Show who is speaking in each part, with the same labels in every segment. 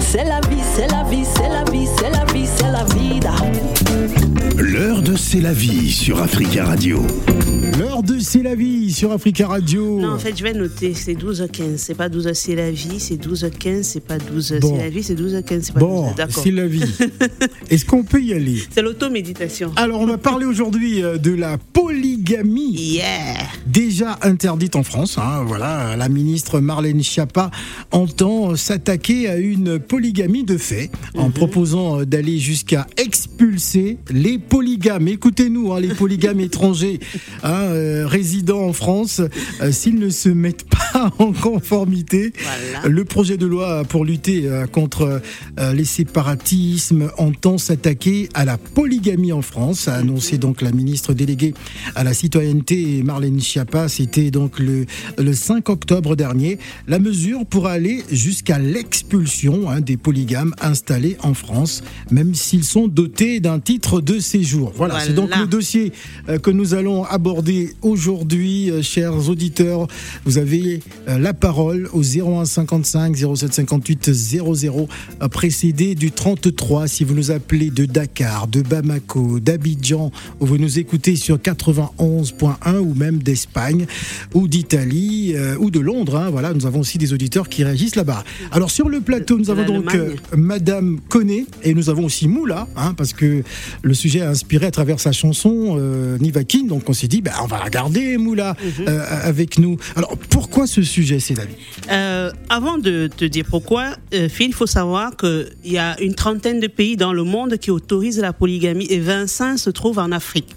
Speaker 1: C'est la vie, c'est la vie, c'est la vie, c'est la vie, c'est la vida.
Speaker 2: L'heure de C'est la vie sur Africa Radio.
Speaker 3: L'heure de C'est la vie sur Africa Radio.
Speaker 4: Non, en fait, je vais noter, c'est 12 à 15. C'est pas 12 c'est la vie, c'est 12 à 15, c'est pas 12
Speaker 3: Bon.
Speaker 4: c'est la vie, c'est 12 à 15, c'est pas
Speaker 3: bon,
Speaker 4: 12. D'accord.
Speaker 3: c'est la vie. Est-ce qu'on peut y aller
Speaker 4: C'est l'automéditation.
Speaker 3: Alors, on va parler aujourd'hui euh, de la polygamie.
Speaker 4: Yeah!
Speaker 3: déjà interdite en France. hein, voilà, la ministre Marlène Schiappa entend euh, s'attaquer à une polygamie de fait
Speaker 4: Mhm.
Speaker 3: en proposant euh, d'aller jusqu'à expulser les polygames. Écoutez-nous, hein, les polygames étrangers hein, euh, résidant en France, euh, s'ils ne se mettent pas en conformité,
Speaker 4: Voilà.
Speaker 3: le projet de loi pour lutter euh, contre euh, les séparatismes entend s'attaquer à la polygamie en France, a annoncé donc la ministre déléguée à la citoyenneté Marlène Schiappa. C'était donc le, le 5 octobre dernier. La mesure pourra aller jusqu'à l'expulsion hein, des polygames installés en France, même s'ils sont dotés d'un titre de séjour. Voilà, c'est donc
Speaker 4: Voilà.
Speaker 3: le dossier euh, que nous allons aborder aujourd'hui, euh, chers auditeurs. Vous avez euh, la parole au 01 55 07 58 00, euh, précédé du 33 si vous nous appelez de Dakar, de Bamako, d'Abidjan, ou vous nous écoutez sur 91.1 ou même d'Espagne ou d'Italie euh, ou de Londres. hein. voilà, nous avons aussi des auditeurs qui réagissent là-bas. Alors sur le plateau, nous
Speaker 4: De
Speaker 3: avons donc euh,
Speaker 4: l'Allemagne.
Speaker 3: Madame Koné et nous avons aussi Moula, hein, parce que le sujet a inspiré à travers sa chanson euh, Nivakin, donc on s'est dit, bah, on va regarder Moula
Speaker 4: Mhm.
Speaker 3: euh, avec nous. Alors pourquoi ce sujet, c'est la vie
Speaker 4: Euh, avant de te dire pourquoi, euh, Phil, il faut savoir qu'il y a une trentaine de pays dans le monde qui autorisent la polygamie et 25 se trouvent en Afrique.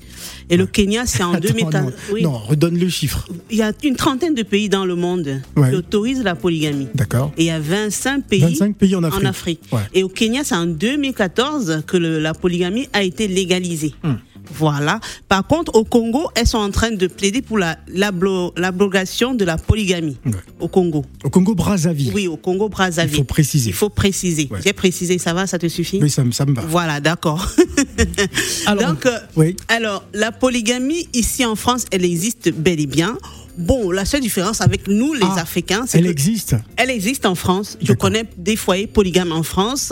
Speaker 4: Et le Kenya, c'est en
Speaker 3: Ah, Attends,
Speaker 4: 2000.
Speaker 3: non,
Speaker 4: Oui.
Speaker 3: non, redonne le chiffre.
Speaker 4: Il y a une trentaine de pays dans le monde
Speaker 3: Ouais.
Speaker 4: qui autorisent la polygamie.
Speaker 3: D'accord.
Speaker 4: Et il y a 25 pays,
Speaker 3: 25 pays en Afrique. Ouais.
Speaker 4: Et au Kenya, c'est en 2014 que le- la polygamie a été légalisée.
Speaker 3: Hmm.
Speaker 4: Voilà. Par contre, au Congo, elles sont en train de plaider pour la- l'ablo- l'abrogation de la polygamie
Speaker 3: Ouais.
Speaker 4: au Congo.
Speaker 3: Au Congo Brazzaville.
Speaker 4: Oui, au Congo Brazzaville.
Speaker 3: Il faut préciser.
Speaker 4: Il faut préciser.
Speaker 3: Ouais.
Speaker 4: J'ai précisé, ça va, ça te suffit
Speaker 3: Oui, ça, me- ça me va.
Speaker 4: Voilà, d'accord.
Speaker 3: Alors,
Speaker 4: Donc, euh,
Speaker 3: oui.
Speaker 4: alors, la polygamie ici en France, elle existe bel et bien. Bon, la seule différence avec nous, les
Speaker 3: Ah,
Speaker 4: Africains, c'est
Speaker 3: Elle
Speaker 4: que-
Speaker 3: existe.
Speaker 4: elle existe en France. Je
Speaker 3: D'accord.
Speaker 4: connais des foyers polygames en France.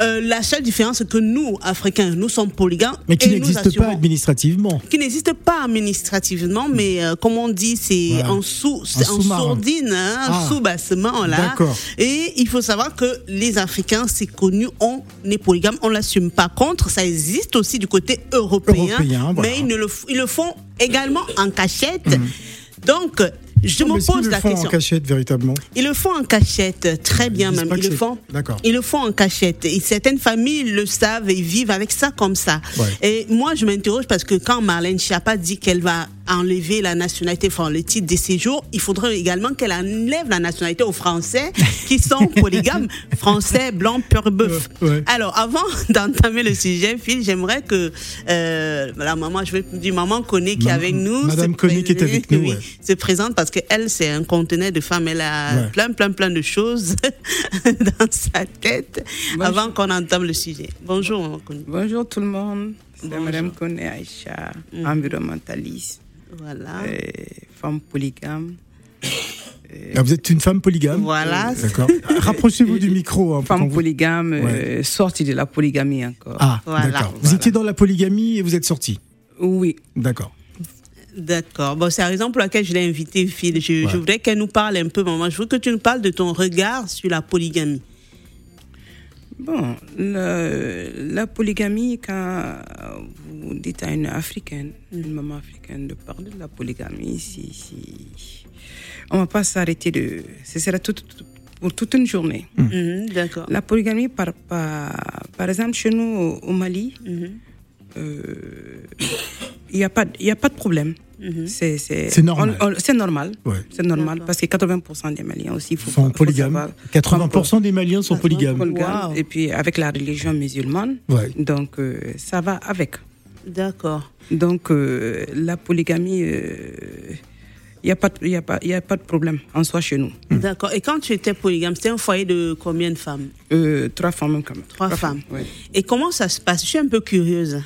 Speaker 4: Euh, la seule différence, c'est que nous, Africains, nous sommes polygames.
Speaker 3: Mais qui
Speaker 4: et nous
Speaker 3: n'existe pas
Speaker 4: assurons-
Speaker 3: administrativement.
Speaker 4: Qui n'existe pas administrativement, mais euh, comme on dit, c'est
Speaker 3: Voilà.
Speaker 4: en, sous,
Speaker 3: En
Speaker 4: en
Speaker 3: sous-marin.
Speaker 4: sourdine, hein,
Speaker 3: Ah.
Speaker 4: sous-bassement, là.
Speaker 3: D'accord.
Speaker 4: Et il faut savoir que les Africains, c'est connu, on est polygame, on l'assume. Par contre, ça existe aussi du côté européen,
Speaker 3: Européen, voilà. Hum.
Speaker 4: mais ils, ne le, f- ils le font également en cachette. Donc, je
Speaker 3: Non,
Speaker 4: me
Speaker 3: mais est-ce qu'ils
Speaker 4: pose
Speaker 3: le
Speaker 4: la
Speaker 3: font
Speaker 4: question.
Speaker 3: en cachette, véritablement.
Speaker 4: Ils le font en cachette, très bien
Speaker 3: Ils disent
Speaker 4: même.
Speaker 3: pas que
Speaker 4: Ils le,
Speaker 3: c'est-
Speaker 4: font,
Speaker 3: D'accord.
Speaker 4: ils le font en cachette. Et certaines familles le savent et vivent avec ça comme ça.
Speaker 3: Ouais.
Speaker 4: Et moi, je m'interroge parce que quand Marlène Schiappa dit qu'elle va enlever la nationalité, enfin le titre de séjour, il faudrait également qu'elle enlève la nationalité aux Français qui sont polygames, français, blancs, pur bœuf.
Speaker 3: Ouais, ouais.
Speaker 4: Alors, avant d'entamer le sujet, Phil, j'aimerais que euh, la maman, je vais dire maman Koné qui est
Speaker 3: Maman-
Speaker 4: avec nous.
Speaker 3: Madame
Speaker 4: se
Speaker 3: Koné qui est
Speaker 4: présente.
Speaker 3: avec nous,
Speaker 4: Oui
Speaker 3: ouais.
Speaker 4: se présente parce qu'elle, c'est un conteneur de femmes. Elle a
Speaker 3: Ouais.
Speaker 4: plein, plein, plein de choses dans sa tête
Speaker 5: Moi,
Speaker 4: avant qu'on entame le sujet. Bonjour, maman Koné.
Speaker 5: Bonjour tout le monde, c'est
Speaker 4: Bonjour. Mm.
Speaker 5: Madame Kone Aïcha, environnementaliste,
Speaker 4: Voilà.
Speaker 5: euh, femme polygame,
Speaker 3: Ah, Vous êtes une femme polygame. Euh,
Speaker 4: Voilà.
Speaker 3: D'accord. Rapprochez-vous du micro. hein, pour qu'on
Speaker 5: Euh, femme
Speaker 3: vous-
Speaker 5: polygame, euh,
Speaker 3: Ouais.
Speaker 5: sortie de la polygamie encore.
Speaker 3: Ah,
Speaker 4: Voilà.
Speaker 3: d'accord. Vous
Speaker 4: Voilà.
Speaker 3: étiez dans la polygamie et vous êtes sorti.
Speaker 5: Oui,
Speaker 3: D'accord.
Speaker 4: D'accord. Bon, c'est la raison pour laquelle je l'ai invitée, Phil. Je, je
Speaker 3: Ouais.
Speaker 4: voudrais qu'elle nous parle un peu, maman. Je veux que tu nous parles de ton regard sur la polygamie.
Speaker 5: bon, le- la polygamie, quand vous dites à une africaine,
Speaker 4: Mm.
Speaker 5: une maman africaine, de parler de la polygamie, si, si- on ne va pas s'arrêter de. Ce sera tout- tout- pour toute une journée.
Speaker 4: Mhm, D'accord.
Speaker 5: La polygamie, par, par, par exemple, chez nous au- au Mali,
Speaker 4: Mhm.
Speaker 5: euh, il n'y a, pas- il y a pas de problème. C'est-
Speaker 3: C'est normal.
Speaker 5: on- on- C'est normal.
Speaker 3: Ouais.
Speaker 5: C'est normal
Speaker 4: Mm-hmm. D'accord.
Speaker 5: parce que 80% des Maliens aussi faut
Speaker 3: Ils sont
Speaker 5: pas- faut savoir.
Speaker 3: polygames. 80% des Maliens sont polygames.
Speaker 5: Polygames.
Speaker 4: Wow.
Speaker 5: Et puis avec la religion musulmane,
Speaker 3: Ouais.
Speaker 5: donc euh, ça va avec.
Speaker 4: D'accord.
Speaker 5: Donc euh, la polygamie, euh, il n'y a, pas de- il y a, pas- il y a pas de problème en soi chez nous.
Speaker 4: D'accord. Et quand tu étais polygame, c'était un foyer de combien de femmes
Speaker 5: Euh, trois femmes quand même.
Speaker 4: Trois femmes.
Speaker 5: ouais.
Speaker 4: Et comment ça se passe Je suis un peu curieuse.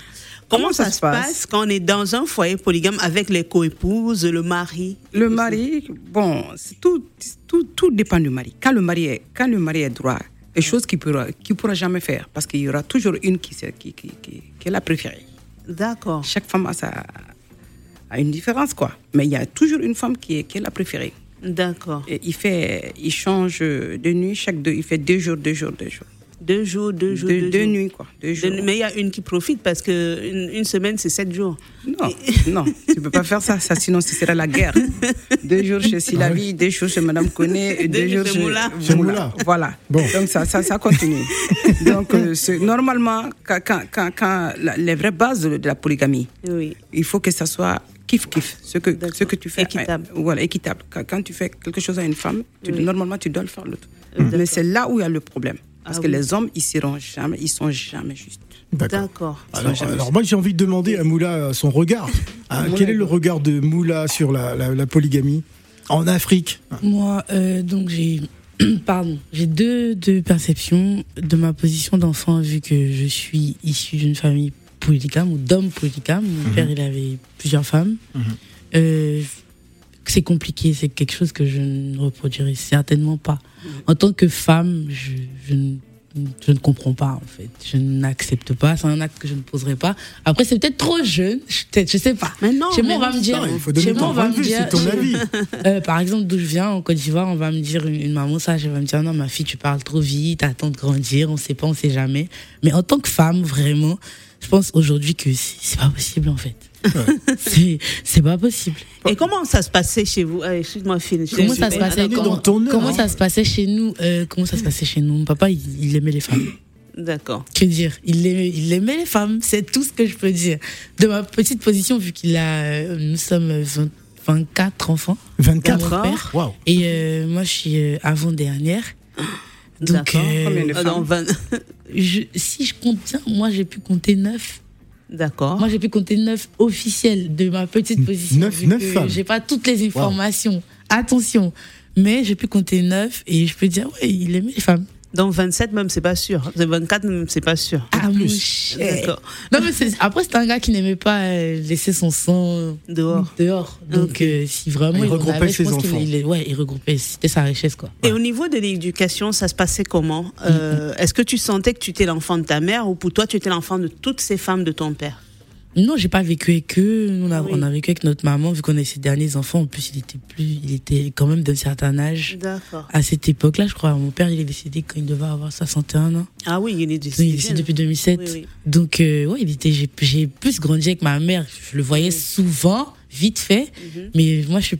Speaker 4: Comment, ça, se passe, quand on est dans un foyer polygame avec les coépouses, le mari
Speaker 5: Le mari, bon, c'est tout, tout, tout dépend du mari. Quand le mari est, quand le mari est droit, Et chose qu'il ne pourra, qu'il pourra jamais faire, parce qu'il y aura toujours une qui, se- qui, qui, qui, qui est la préférée.
Speaker 4: D'accord.
Speaker 5: Chaque femme a, sa, a une différence, quoi. Mais il y a toujours une femme qui est, qui est la préférée.
Speaker 4: D'accord.
Speaker 5: Et il, fait, il change de nuit chaque deux, il fait deux jours, deux jours, deux jours.
Speaker 4: Deux jours, deux jours,
Speaker 5: Deux-
Speaker 4: deux,
Speaker 5: deux
Speaker 4: jours.
Speaker 5: nuits, quoi. Deux jours.
Speaker 4: nuits. mais il y a une qui profite parce que une, une semaine c'est sept jours.
Speaker 5: Non, non, tu peux pas faire ça, ça sinon ce sera la guerre. Deux jours chez Silavi, deux jours chez Madame Koné,
Speaker 4: Deux
Speaker 5: deux,
Speaker 4: jours
Speaker 5: jours
Speaker 4: chez
Speaker 5: chez
Speaker 4: Moula.
Speaker 3: Ah Chez Moula.
Speaker 5: Voilà.
Speaker 3: Bon.
Speaker 5: Donc ça, ça, ça continue. Donc euh, c'est- normalement, quand, quand- quand- quand la- les vraies bases de de la polygamie,
Speaker 4: Oui.
Speaker 5: il faut que ça soit kiff kiff, ce que
Speaker 4: D'accord.
Speaker 5: ce que tu fais.
Speaker 4: Équitable.
Speaker 5: Euh, voilà, équitable. Quand, quand tu fais quelque chose à une femme, tu-
Speaker 4: Oui.
Speaker 5: normalement tu dois le faire à l'autre.
Speaker 4: Euh,
Speaker 5: Mais
Speaker 4: d'accord.
Speaker 5: c'est là où il y a le problème, parce
Speaker 4: Ah
Speaker 5: que
Speaker 4: oui.
Speaker 5: les hommes, ils seront jamais, ils sont jamais justes.
Speaker 3: D'accord.
Speaker 4: D'accord.
Speaker 5: Ah
Speaker 3: Alors,
Speaker 5: euh,
Speaker 3: alors moi j'ai envie de demander à Moula euh, son regard. Ah, quel est le regard de Moula sur la, la- la polygamie en Afrique
Speaker 6: Moi, euh, donc j'ai, pardon, j'ai deux, deux perceptions de ma position d'enfant vu que je suis issue d'une famille polygame ou d'hommes polygames. Mon
Speaker 3: Mhm.
Speaker 6: père, il avait plusieurs femmes. Euh, c'est compliqué, c'est quelque chose que je ne reproduirai certainement pas.
Speaker 4: Mhm.
Speaker 6: En tant que femme, je, je ne je ne comprends pas en fait, je n'accepte pas, c'est un acte que je ne poserai pas. Après c'est peut-être trop jeune, je- peut-être, je sais pas.
Speaker 4: Mais non,
Speaker 6: chez moi
Speaker 4: mais
Speaker 6: on va
Speaker 4: non,
Speaker 6: me dire,
Speaker 3: Non, Il faut donner
Speaker 6: chez moi
Speaker 3: ton
Speaker 6: on va
Speaker 3: point de
Speaker 6: me
Speaker 3: vue,
Speaker 6: dire,
Speaker 3: c'est ton
Speaker 6: chez-
Speaker 3: avis.
Speaker 6: euh, par exemple, d'où je viens, en Côte d'Ivoire, on va me dire une, une maman sage, elle va me dire non, ma fille, tu parles trop vite, attends de grandir, on sait pas, on sait jamais. Mais en tant que femme, vraiment, je pense aujourd'hui que c'est c'est pas possible en fait. C'est- C'est pas possible.
Speaker 4: Et comment ça se passait chez vous Euh, Excuse-moi, Phil. je-
Speaker 6: Comment
Speaker 4: je-
Speaker 6: ça se passait
Speaker 3: bienvenue
Speaker 6: quand-
Speaker 3: dans ton heure,
Speaker 6: Comment
Speaker 3: hein.
Speaker 6: ça se passait chez nous euh, Comment ça se passait chez nous Mon papa, il, il aimait les femmes.
Speaker 4: D'accord.
Speaker 6: Que dire il aimait, il aimait les femmes, c'est tout ce que je peux dire. De ma petite position, vu qu'il a, euh, nous sommes 20 24 enfants.
Speaker 3: 24
Speaker 6: Mon
Speaker 4: D'accord.
Speaker 6: père.
Speaker 3: Waouh.
Speaker 6: Et euh, moi, je suis euh, avant-dernière. Donc,
Speaker 4: D'accord.
Speaker 6: euh,
Speaker 5: Hein? Combien de
Speaker 4: Ah,
Speaker 5: femmes
Speaker 4: dans vingt-
Speaker 6: je- si je compte bien, moi, j'ai pu compter neuf.
Speaker 4: D'accord.
Speaker 6: Moi, j'ai pu compter neuf officielles de ma petite position.
Speaker 3: neuf-
Speaker 6: vu
Speaker 3: neuf
Speaker 6: que
Speaker 3: femmes.
Speaker 6: J'ai pas toutes les informations. Attention. Mais j'ai pu compter neuf et je peux dire, ouais, il aimait les femmes.
Speaker 4: Dans 27 même, c'est pas sûr. Dans 24 même, c'est pas sûr.
Speaker 6: Ah, mon
Speaker 3: plus.
Speaker 6: cher.
Speaker 4: D'accord.
Speaker 6: Non, mais c'est- après, c'était un gars qui n'aimait pas euh, laisser son sang
Speaker 4: Dehors.
Speaker 6: dehors. Donc,
Speaker 4: Ok. Ah,
Speaker 6: euh, si vraiment.
Speaker 3: Il
Speaker 6: en
Speaker 3: regroupait
Speaker 6: avait, je
Speaker 3: ses
Speaker 6: pense qu'il-
Speaker 3: enfants.
Speaker 6: il est- ouais, il regroupait. C'était sa richesse, quoi.
Speaker 4: Et au niveau de l'éducation, ça se passait
Speaker 3: Mm.
Speaker 4: comment Euh, Est-ce que tu sentais que tu étais l'enfant de ta mère ou pour toi, tu étais l'enfant de toutes ces femmes de ton père
Speaker 6: Non, j'ai pas vécu avec eux. Nous, on, a,
Speaker 4: Oui.
Speaker 6: on a vécu avec notre maman, vu qu'on est ses derniers enfants. En plus, il était plus, il était quand même d'un certain âge.
Speaker 4: D'accord.
Speaker 6: À cette époque-là, je crois, mon père, il est décédé quand il devait avoir 61 ans.
Speaker 4: Ah oui, il est
Speaker 6: Donc,
Speaker 4: décédé.
Speaker 6: il est décédé
Speaker 4: hein.
Speaker 6: depuis 2007.
Speaker 4: Oui, oui.
Speaker 6: Donc, euh, ouais, il était, j'ai, j'ai plus grandi avec ma mère. Je le voyais souvent, vite fait.
Speaker 4: Mhm.
Speaker 6: Mais moi, je suis.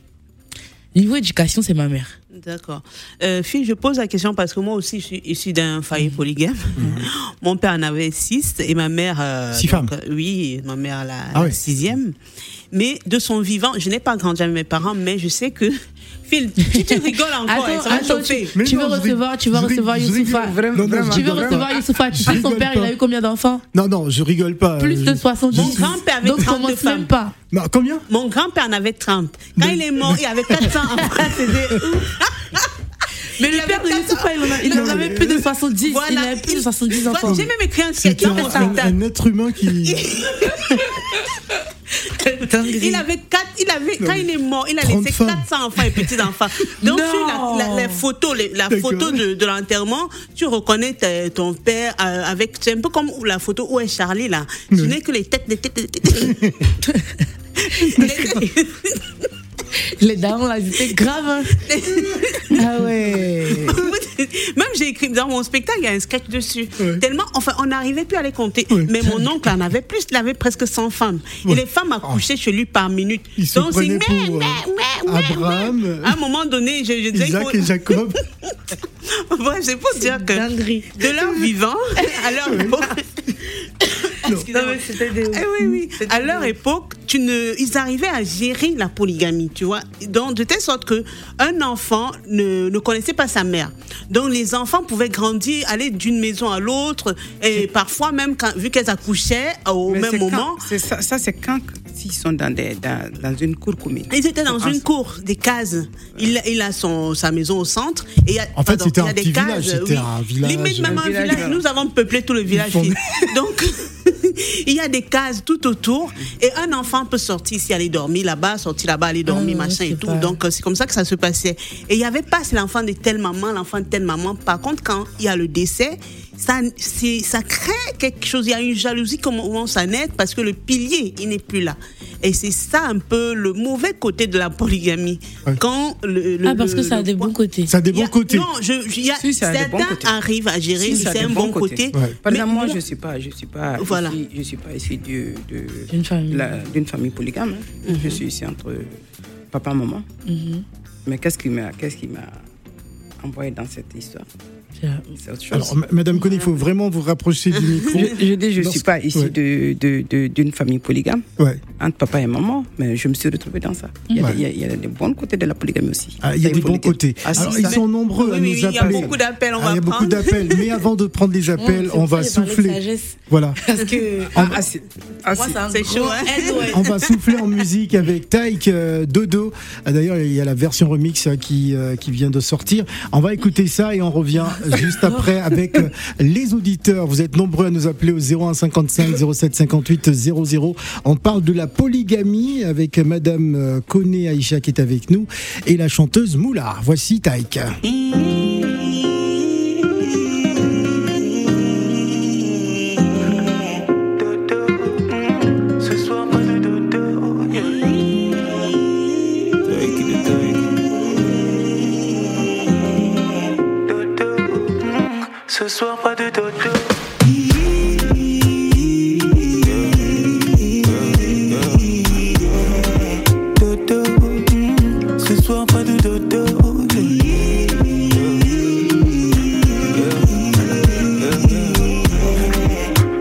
Speaker 6: Niveau éducation, c'est ma mère.
Speaker 4: D'accord. Euh, Phil, je pose la question parce que moi aussi, je suis issue d'un foyer
Speaker 3: Mm.
Speaker 4: polygame. Mon père en avait six et ma mère. euh,
Speaker 3: Six femmes.
Speaker 4: donc, euh, Oui, ma mère la,
Speaker 3: Ah
Speaker 4: la
Speaker 3: oui.
Speaker 4: sixième. Mais de son vivant, je n'ai pas grandi avec mes parents, mais je sais que Phil, tu, tu rigoles encore.
Speaker 6: Attends,
Speaker 4: ça va
Speaker 6: attends,
Speaker 4: chauffer.
Speaker 6: tu- tu veux recevoir, tu vas recevoir Youssoufa.
Speaker 5: vraiment,
Speaker 6: Tu veux recevoir Youssoufa, tu sais que son
Speaker 3: rigole
Speaker 6: père, il
Speaker 3: pas.
Speaker 6: a eu combien d'enfants
Speaker 3: Non, non, je rigole pas.
Speaker 6: Plus
Speaker 3: euh,
Speaker 6: de
Speaker 3: je-
Speaker 6: 70.
Speaker 4: Mon grand-père avait
Speaker 6: Donc,
Speaker 4: 32
Speaker 6: commence
Speaker 4: femmes.
Speaker 6: même pas.
Speaker 3: Non, combien
Speaker 4: Mon grand-père en avait 30. Quand il est mort, il avait 400 enfants. C'était ouf.
Speaker 6: Mais le
Speaker 4: avait
Speaker 6: père de
Speaker 4: 14
Speaker 6: Youssoufa, il en a- il en avait plus de 70. Il avait plus de 70
Speaker 4: Voilà,
Speaker 6: enfants.
Speaker 4: J'ai même écrit un sketch
Speaker 3: C'était
Speaker 4: dans mon
Speaker 3: un, un-
Speaker 4: spectacle.
Speaker 3: un être humain qui.
Speaker 4: Il avait quatre, il avait, quand il est mort, il a
Speaker 3: 30
Speaker 4: laissé
Speaker 3: femmes.
Speaker 4: 400 enfants et petits-enfants. Donc,
Speaker 6: Non.
Speaker 4: sur la, la, la photo, les- la
Speaker 3: D'accord.
Speaker 4: photo de, de l'enterrement, tu reconnais ta- ton père euh, avec. C'est un peu comme la photo où est Charlie, là. Tu n'es que les têtes, les têtes, les têtes. Les-
Speaker 6: Les darons, là, ils étaient graves. hein. Ah ouais.
Speaker 4: Même j'ai écrit dans mon spectacle, il y a un sketch dessus.
Speaker 3: Ouais.
Speaker 4: Tellement, enfin, on n'arrivait plus à les compter.
Speaker 3: Ouais.
Speaker 4: Mais mon oncle en avait plus, il avait presque 100 femmes. Et les femmes accouchaient chez lui par minute.
Speaker 3: Il se
Speaker 4: c'est
Speaker 3: prenait
Speaker 4: mouah,
Speaker 3: pour, euh,
Speaker 4: mouah, mouah, mouah,
Speaker 3: Abraham,
Speaker 4: mouah.
Speaker 3: euh,
Speaker 4: À un moment donné, je, je disais qu'il
Speaker 3: Isaac
Speaker 4: faut-
Speaker 3: et Jacob.
Speaker 4: Ouais, c'est pour dire que
Speaker 6: dinguerie.
Speaker 4: de leur vivant, à leur époque. Eh oui, oui. À leur époque, tu ne, ils arrivaient à gérer la polygamie, tu vois. Donc, de telle sorte que un enfant ne, ne connaissait pas sa mère. Donc, les enfants pouvaient grandir, aller d'une maison à l'autre, et parfois même quand, vu qu'elles accouchaient au
Speaker 5: Mais
Speaker 4: même
Speaker 5: c'est quand-
Speaker 4: moment,
Speaker 5: c'est ça, ça, c'est quand s'ils sont dans, des, dans, dans une cour commune.
Speaker 4: ils étaient dans
Speaker 5: Ah,
Speaker 4: une
Speaker 5: c'est-
Speaker 4: cour, des cases. Il, il a son, sa maison au centre. Et il y a,
Speaker 3: En fait,
Speaker 4: pardon,
Speaker 3: c'était
Speaker 4: il y a
Speaker 3: un
Speaker 4: des
Speaker 3: petit
Speaker 4: cases,
Speaker 3: village, c'était un village,
Speaker 4: Limite, même
Speaker 3: euh,
Speaker 4: un
Speaker 5: village,
Speaker 4: village.
Speaker 5: voilà.
Speaker 4: Nous avons peuplé tout le village.
Speaker 3: font-
Speaker 4: fils. Donc, il y a des cases tout autour et un enfant peut sortir ici, aller dormir là-bas, sortir là-bas, aller dormir,
Speaker 6: Ah,
Speaker 4: machin
Speaker 6: je
Speaker 4: et
Speaker 6: sais
Speaker 4: tout.
Speaker 6: pas.
Speaker 4: Donc euh, c'est comme ça que ça se passait. Et il n'y avait pas c'est l'enfant de telle maman, l'enfant de telle maman. Par contre, quand il y a le décès, ça, c'est- ça crée quelque chose. Il y a une jalousie qui commence à naître parce que le pilier, il n'est plus là. Et c'est ça un peu le mauvais côté de la polygamie.
Speaker 3: Ouais.
Speaker 4: Quand le, le-
Speaker 6: Ah, parce que
Speaker 4: le-
Speaker 6: ça a
Speaker 4: le
Speaker 6: des
Speaker 4: point-
Speaker 6: bons côtés.
Speaker 3: Ça a des
Speaker 4: il y a-
Speaker 3: bons côtés.
Speaker 4: Non, je, je- il y a,
Speaker 5: Si, ça a des bons
Speaker 4: certains
Speaker 5: côtés.
Speaker 4: arrivent à gérer,
Speaker 5: Si, ça a
Speaker 4: c'est
Speaker 5: des
Speaker 4: un
Speaker 5: bons
Speaker 4: bon
Speaker 5: côté.
Speaker 4: côté.
Speaker 3: Ouais.
Speaker 5: Par
Speaker 4: Mais
Speaker 5: exemple, moi,
Speaker 4: moi-
Speaker 5: je suis pas, je suis pas,
Speaker 4: Voilà.
Speaker 5: ici, je suis pas ici du- de-
Speaker 6: D'une famille.
Speaker 5: de la- d'une famille polygame. hein.
Speaker 4: Mhm.
Speaker 5: Je suis ici entre papa, maman.
Speaker 6: Mhm.
Speaker 5: Mais qu'est-ce qui m'a, qu'est-ce qui m'a envoyé dans cette histoire
Speaker 6: C'est la-
Speaker 5: C'est autre chose.
Speaker 3: Alors, ma- Madame Conné, il faut vraiment vous rapprocher du micro.
Speaker 5: je, je dis, je
Speaker 3: Lorsque-
Speaker 5: suis pas ici
Speaker 3: ouais.
Speaker 5: de- de- de- d'une famille polygame
Speaker 3: Ouais.
Speaker 5: entre papa et maman, mais je me suis retrouvée dans ça. Il y a,
Speaker 3: Ouais.
Speaker 5: des- il y a- il y a des bons côtés de la polygamie aussi.
Speaker 3: Ah, il y a
Speaker 5: Ça,
Speaker 3: des
Speaker 5: faut
Speaker 3: bons
Speaker 5: le dire.
Speaker 3: côtés.
Speaker 5: Ah, si,
Speaker 3: Alors,
Speaker 5: ça-
Speaker 3: ils sont nombreux à
Speaker 4: Oui, oui,
Speaker 3: nous
Speaker 4: oui, il y a
Speaker 3: appeler.
Speaker 4: beaucoup d'appels, on
Speaker 3: Ah,
Speaker 4: va
Speaker 3: il y a beaucoup
Speaker 4: prendre.
Speaker 3: d'appels. Mais avant de prendre les appels,
Speaker 6: Mmh.
Speaker 3: on va souffler. Voilà.
Speaker 6: Parce que.
Speaker 5: Ah, ah, si. Ah, si.
Speaker 4: C'est chaud, hein
Speaker 3: On va souffler en musique avec Taïk euh, Dodo. Ah, D'ailleurs, il y a la version remix euh, qui, euh, qui vient de sortir. On va écouter ça et on revient juste après avec euh, les auditeurs. Vous êtes nombreux à nous appeler au 0155 07 58 00. On parle de la polygamie avec Madame euh, Koné Aïcha qui est avec nous et la chanteuse Moula. Voici Taïk.
Speaker 7: Ce soir, pas de dodo. yeah. Dodo, mm, Ce soir, pas de dodo. Dodo, mm, ce soir, pas de dodo.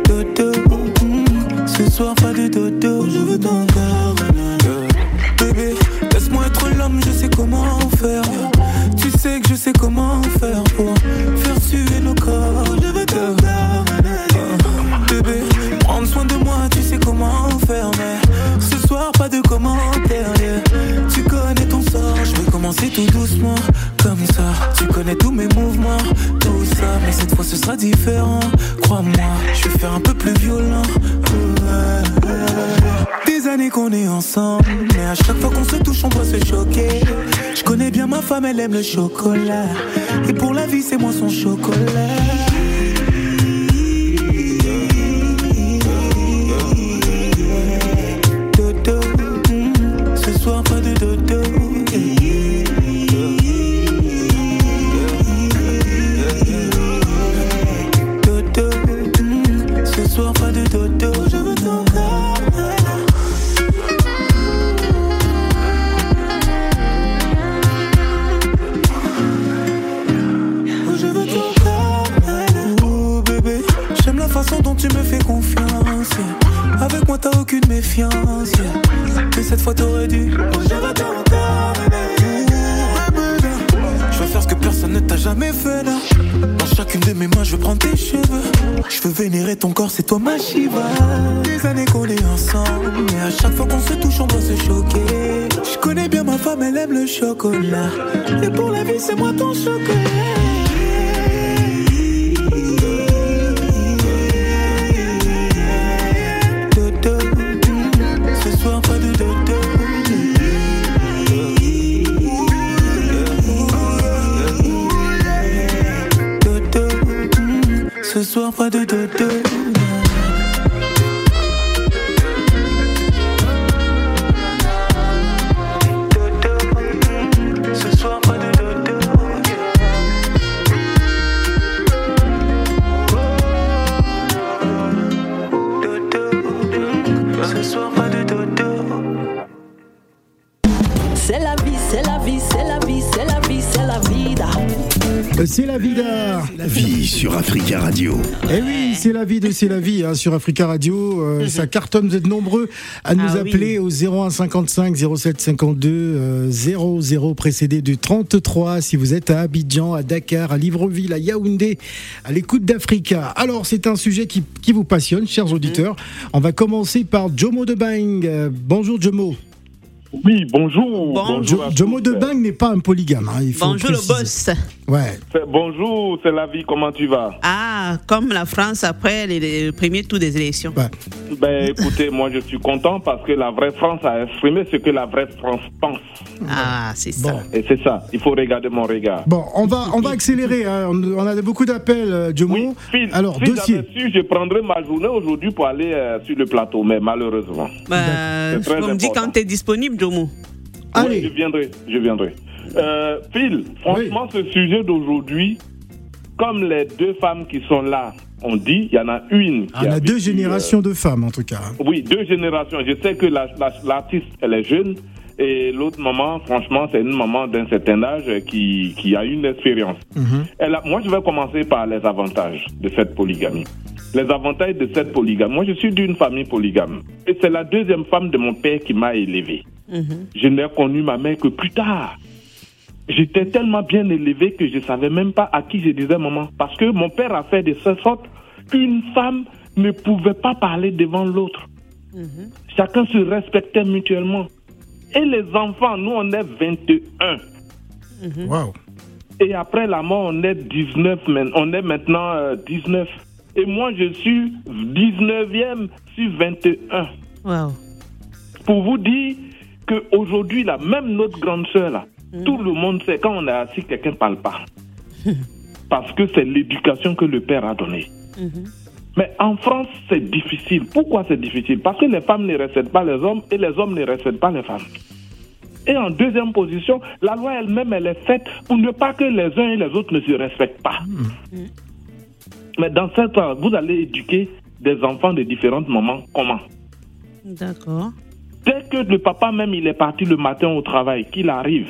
Speaker 7: Dodo, mm, ce soir, pas de dodo. Je veux ton corps. Bébé, laisse-moi être l'homme, je sais comment faire. Tu sais que je sais comment faire pour faire suer nos corps. Je veux ton corps. Bébé, prendre soin de moi, tu sais comment faire. Mais ce soir, pas de commentaires. yeah. Tu connais ton sort, je vais commencer tout doucement. Comme ça, tu connais tous mes mouvements, tout ça. Mais cette fois, ce sera différent. Crois-moi, je vais faire un peu plus violent. Ouais, ouais. Des années qu'on est ensemble, mais à chaque fois qu'on se touche, on doit se choquer. Je connais bien ma femme, elle aime le chocolat. Et pour la vie, c'est moi son chocolat. Dodo, mm, ce soir pas de dodo. Dodo, mm, ce soir pas de dodo. Je veux ton corps. Je veux ton corps. Oh bébé, j'aime la façon dont tu me fais confiance. Avec moi, t'as aucune méfiance. Mais cette fois, t'aurais dû. Oh, je veux ton corps, bébé. Je veux faire ce que personne ne t'a jamais fait là. Dans chacune de mes mains, je veux prendre tes cheveux. Je veux vénérer ton corps, c'est toi ma Shiva. Des années qu'on est ensemble, mais à chaque fois qu'on se touche, on doit se choquer. Je connais bien ma femme, elle aime le chocolat. Et pour la vie, c'est moi ton chocolat. Dodo, mm, ce soir pas de dodo. Dodo, mm, ce soir pas de dodo. Dodo, mm, ce soir pas de dodo. Ce soir pas de dodo
Speaker 1: C'est la vie, c'est la vie, c'est la vie, c'est la vie, c'est la vida.
Speaker 3: Euh, C'est la vie d'art.
Speaker 2: La vie sur Africa Radio.
Speaker 3: Eh oui, c'est la vie de C'est la vie hein, sur Africa Radio. euh, ça cartonne, vous êtes nombreux à nous
Speaker 4: Mhm. Ah
Speaker 3: appeler au 01 55 07 52 euh, 00 précédé du 33 si vous êtes à Abidjan, à Dakar, à Libreville, à Yaoundé, à l'écoute d'Africa. Alors, c'est un sujet qui, qui vous passionne,
Speaker 4: Mhm.
Speaker 3: chers auditeurs. On va commencer par Jomo de Bang. Euh, bonjour Jomo.
Speaker 8: Oui, bonjour.
Speaker 4: Bonjour.
Speaker 8: à tous.
Speaker 3: Jomo de Bang n'est pas un polygame. hein, il faut
Speaker 4: Bonjour le
Speaker 3: préciser.
Speaker 4: boss.
Speaker 3: Ouais.
Speaker 8: C'est- Bonjour, c'est la vie, comment tu vas
Speaker 4: Ah, là, comme la France après les- les- le premier tour des élections.
Speaker 3: Bah,
Speaker 8: Ben écoutez, moi je suis content parce que la vraie France a exprimé ce que la vraie France pense.
Speaker 4: Ah, c'est ça.
Speaker 3: Bon.
Speaker 8: Et c'est ça, il faut regarder mon regard.
Speaker 3: Bon, on va, on va accélérer. hein. On, on a beaucoup d'appels, euh, Diomo.
Speaker 8: Oui, si,
Speaker 3: Alors,
Speaker 8: si
Speaker 3: dossier.
Speaker 8: j'avais su, je prendrais ma journée aujourd'hui pour aller euh, sur le plateau, mais malheureusement.
Speaker 4: Bah,
Speaker 8: C'est très
Speaker 4: on me dit
Speaker 8: important.
Speaker 4: quand tu es disponible, Jomo.
Speaker 8: Oui,
Speaker 3: Allez,
Speaker 8: je viendrai, je viendrai. Euh, Phil, franchement, ce sujet d'aujourd'hui, comme les deux femmes qui sont là ont dit, il y en a une. qui
Speaker 3: Ah, on a
Speaker 8: vécu,
Speaker 3: deux
Speaker 8: euh,
Speaker 3: générations de femmes, en tout cas.
Speaker 4: Ah,
Speaker 8: Oui, deux générations. Je sais que la- la- l'artiste, elle est jeune. Et l'autre maman, franchement, c'est une maman d'un certain âge euh, qui, qui a une expérience.
Speaker 3: Mhm.
Speaker 8: Elle a- moi, je vais commencer par les avantages de cette polygamie. Les avantages de cette polygamie. Moi, je suis d'une famille polygame. Et c'est la deuxième femme de mon père qui m'a élevé.
Speaker 9: Mhm.
Speaker 8: Je n'ai connu ma mère que plus tard. J'étais tellement bien élevé que je ne savais même pas à qui je disais maman. Parce que mon père a fait de cette sorte qu'une femme ne pouvait pas parler devant l'autre. Chacun se respectait mutuellement. Et les enfants, nous, on est 21.
Speaker 3: Waouh.
Speaker 8: Et après la mort, on est 19, man- on est maintenant euh, 19. Et moi, je suis 19e sur 21.
Speaker 4: Waouh.
Speaker 8: Pour vous dire qu'aujourd'hui, là, même notre grande sœur, là, tout le monde sait quand on est assis, quelqu'un ne parle pas. Parce que c'est l'éducation que le père a donnée. Mais en France, c'est difficile. Pourquoi c'est difficile Parce que les femmes ne respectent pas les hommes et les hommes ne respectent pas les femmes. Et en deuxième position, la loi elle-même, elle est faite pour ne pas que les uns et les autres ne se respectent pas. Mais dans cette, euh, vous allez éduquer des enfants de différentes mamans. Comment
Speaker 4: D'accord.
Speaker 8: Dès que le papa même il est parti le matin au travail, qu'il arrive,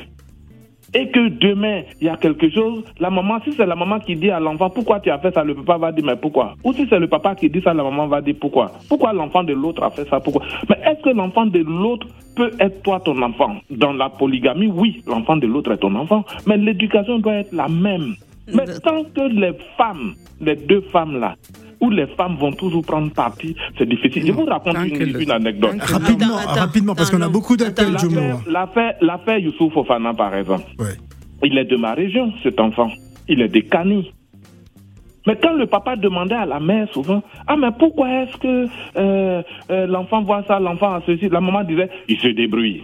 Speaker 8: et que demain il y a quelque chose, la maman, si c'est la maman qui dit à l'enfant pourquoi tu as fait ça, le papa va dire mais pourquoi Ou si c'est le papa qui dit ça, la maman va dire pourquoi Pourquoi l'enfant de l'autre a fait ça Pourquoi Mais est-ce que l'enfant de l'autre peut être toi ton enfant Dans la polygamie, oui, l'enfant de l'autre est ton enfant, mais l'éducation doit être la même. Mais
Speaker 4: D'accord.
Speaker 8: tant que les femmes, les deux femmes là, où les femmes vont toujours prendre parti, c'est difficile. Je vous raconte
Speaker 5: Tant
Speaker 8: une,
Speaker 5: que le-
Speaker 8: une anecdote.
Speaker 5: tant que-
Speaker 3: Rapidement,
Speaker 4: attends,
Speaker 3: rapidement, parce
Speaker 4: attends,
Speaker 3: qu'on a
Speaker 4: non.
Speaker 3: beaucoup d'appels, Diomo.
Speaker 8: L'affaire- L'affaire l'affaire Youssouf Fofana, par exemple,
Speaker 3: hein? Ouais.
Speaker 8: il est de ma région, cet enfant. Il est de Cani. Mais quand le papa demandait à la mère souvent, ah mais pourquoi est-ce que euh, euh, l'enfant voit ça, l'enfant a ceci, la maman disait, il se débrouille.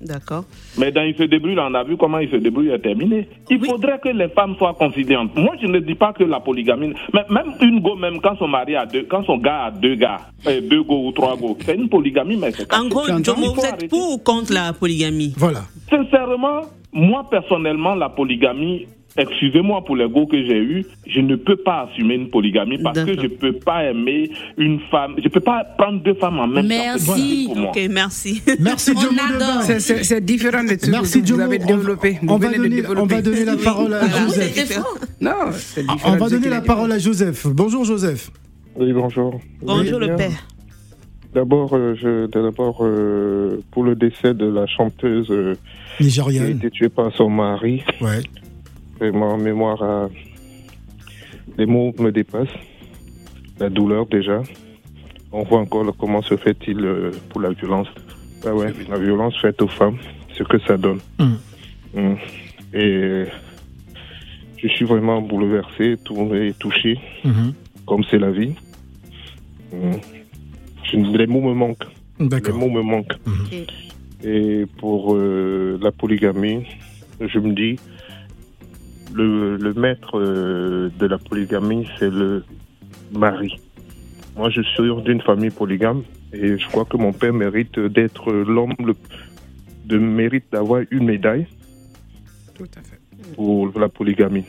Speaker 4: D'accord.
Speaker 8: Mais dans Il se débrouille, on a vu comment Il se débrouille est terminé. Il
Speaker 4: Oui.
Speaker 8: faudrait que les femmes soient conciliantes. Moi, je ne dis pas que la polygamie, mais même une go, même quand son mari a deux, quand son gars a deux gars, euh, deux go ou trois go, c'est une polygamie, mais c'est
Speaker 4: En gros,
Speaker 8: caché.
Speaker 4: Jomo,
Speaker 8: Il faut
Speaker 4: vous êtes
Speaker 8: arrêter.
Speaker 4: pour ou contre la polygamie
Speaker 3: Voilà.
Speaker 8: Sincèrement, moi personnellement, la polygamie, excusez-moi pour les goûts que j'ai eus, je ne peux pas assumer une polygamie parce que
Speaker 4: D'accord.
Speaker 8: je ne peux pas aimer une femme, je ne peux pas prendre deux femmes en même
Speaker 6: Merci.
Speaker 8: temps. C'est difficile pour moi.
Speaker 4: Ok, merci.
Speaker 3: Merci,
Speaker 6: On
Speaker 3: Diomo.
Speaker 6: adore.
Speaker 3: Debin.
Speaker 5: C'est- C'est c'est différent de tout ce
Speaker 3: Merci,
Speaker 5: que vous
Speaker 3: Diomo.
Speaker 5: avez
Speaker 3: On-
Speaker 5: développé. Vous
Speaker 3: on va
Speaker 5: venez de
Speaker 3: donner- on va
Speaker 5: développer. Ah,
Speaker 3: donner la parole à
Speaker 4: Voilà.
Speaker 3: Joseph.
Speaker 4: C'était fort.
Speaker 5: Non, c'est
Speaker 3: Ah,
Speaker 5: différent.
Speaker 3: On
Speaker 5: de
Speaker 3: va
Speaker 5: ce
Speaker 3: donner
Speaker 5: qu'il a
Speaker 3: la
Speaker 5: dit.
Speaker 3: parole à Joseph. Bonjour, Joseph.
Speaker 9: Oui, bonjour.
Speaker 4: Bonjour, le
Speaker 9: Oui, bien.
Speaker 4: père.
Speaker 9: D'abord, euh, je, d'abord euh, pour le décès de la chanteuse euh, qui a
Speaker 3: Nigérian.
Speaker 9: été tuée par son mari,
Speaker 3: Ouais.
Speaker 9: vraiment, en mémoire à... Les mots me dépassent. La douleur, déjà. On voit encore le- comment se fait-il euh, pour la violence. Ah ouais, la violence faite aux femmes, ce que ça donne.
Speaker 3: Mm.
Speaker 9: Mm. Et euh, je suis vraiment bouleversé, tourné, touché.
Speaker 3: Mhm.
Speaker 9: comme c'est la vie. Mm. Je- les mots me manquent. Les
Speaker 3: D'accord.
Speaker 9: mots me manquent.
Speaker 5: Mhm.
Speaker 4: Ok.
Speaker 9: Et pour euh, la polygamie, je me dis, le, le maître euh, de la polygamie, c'est le mari. Moi, je suis d'une famille polygame et je crois que mon père mérite d'être l'homme, le- de mérite d'avoir une médaille
Speaker 5: Tout à fait.
Speaker 9: pour la polygamie.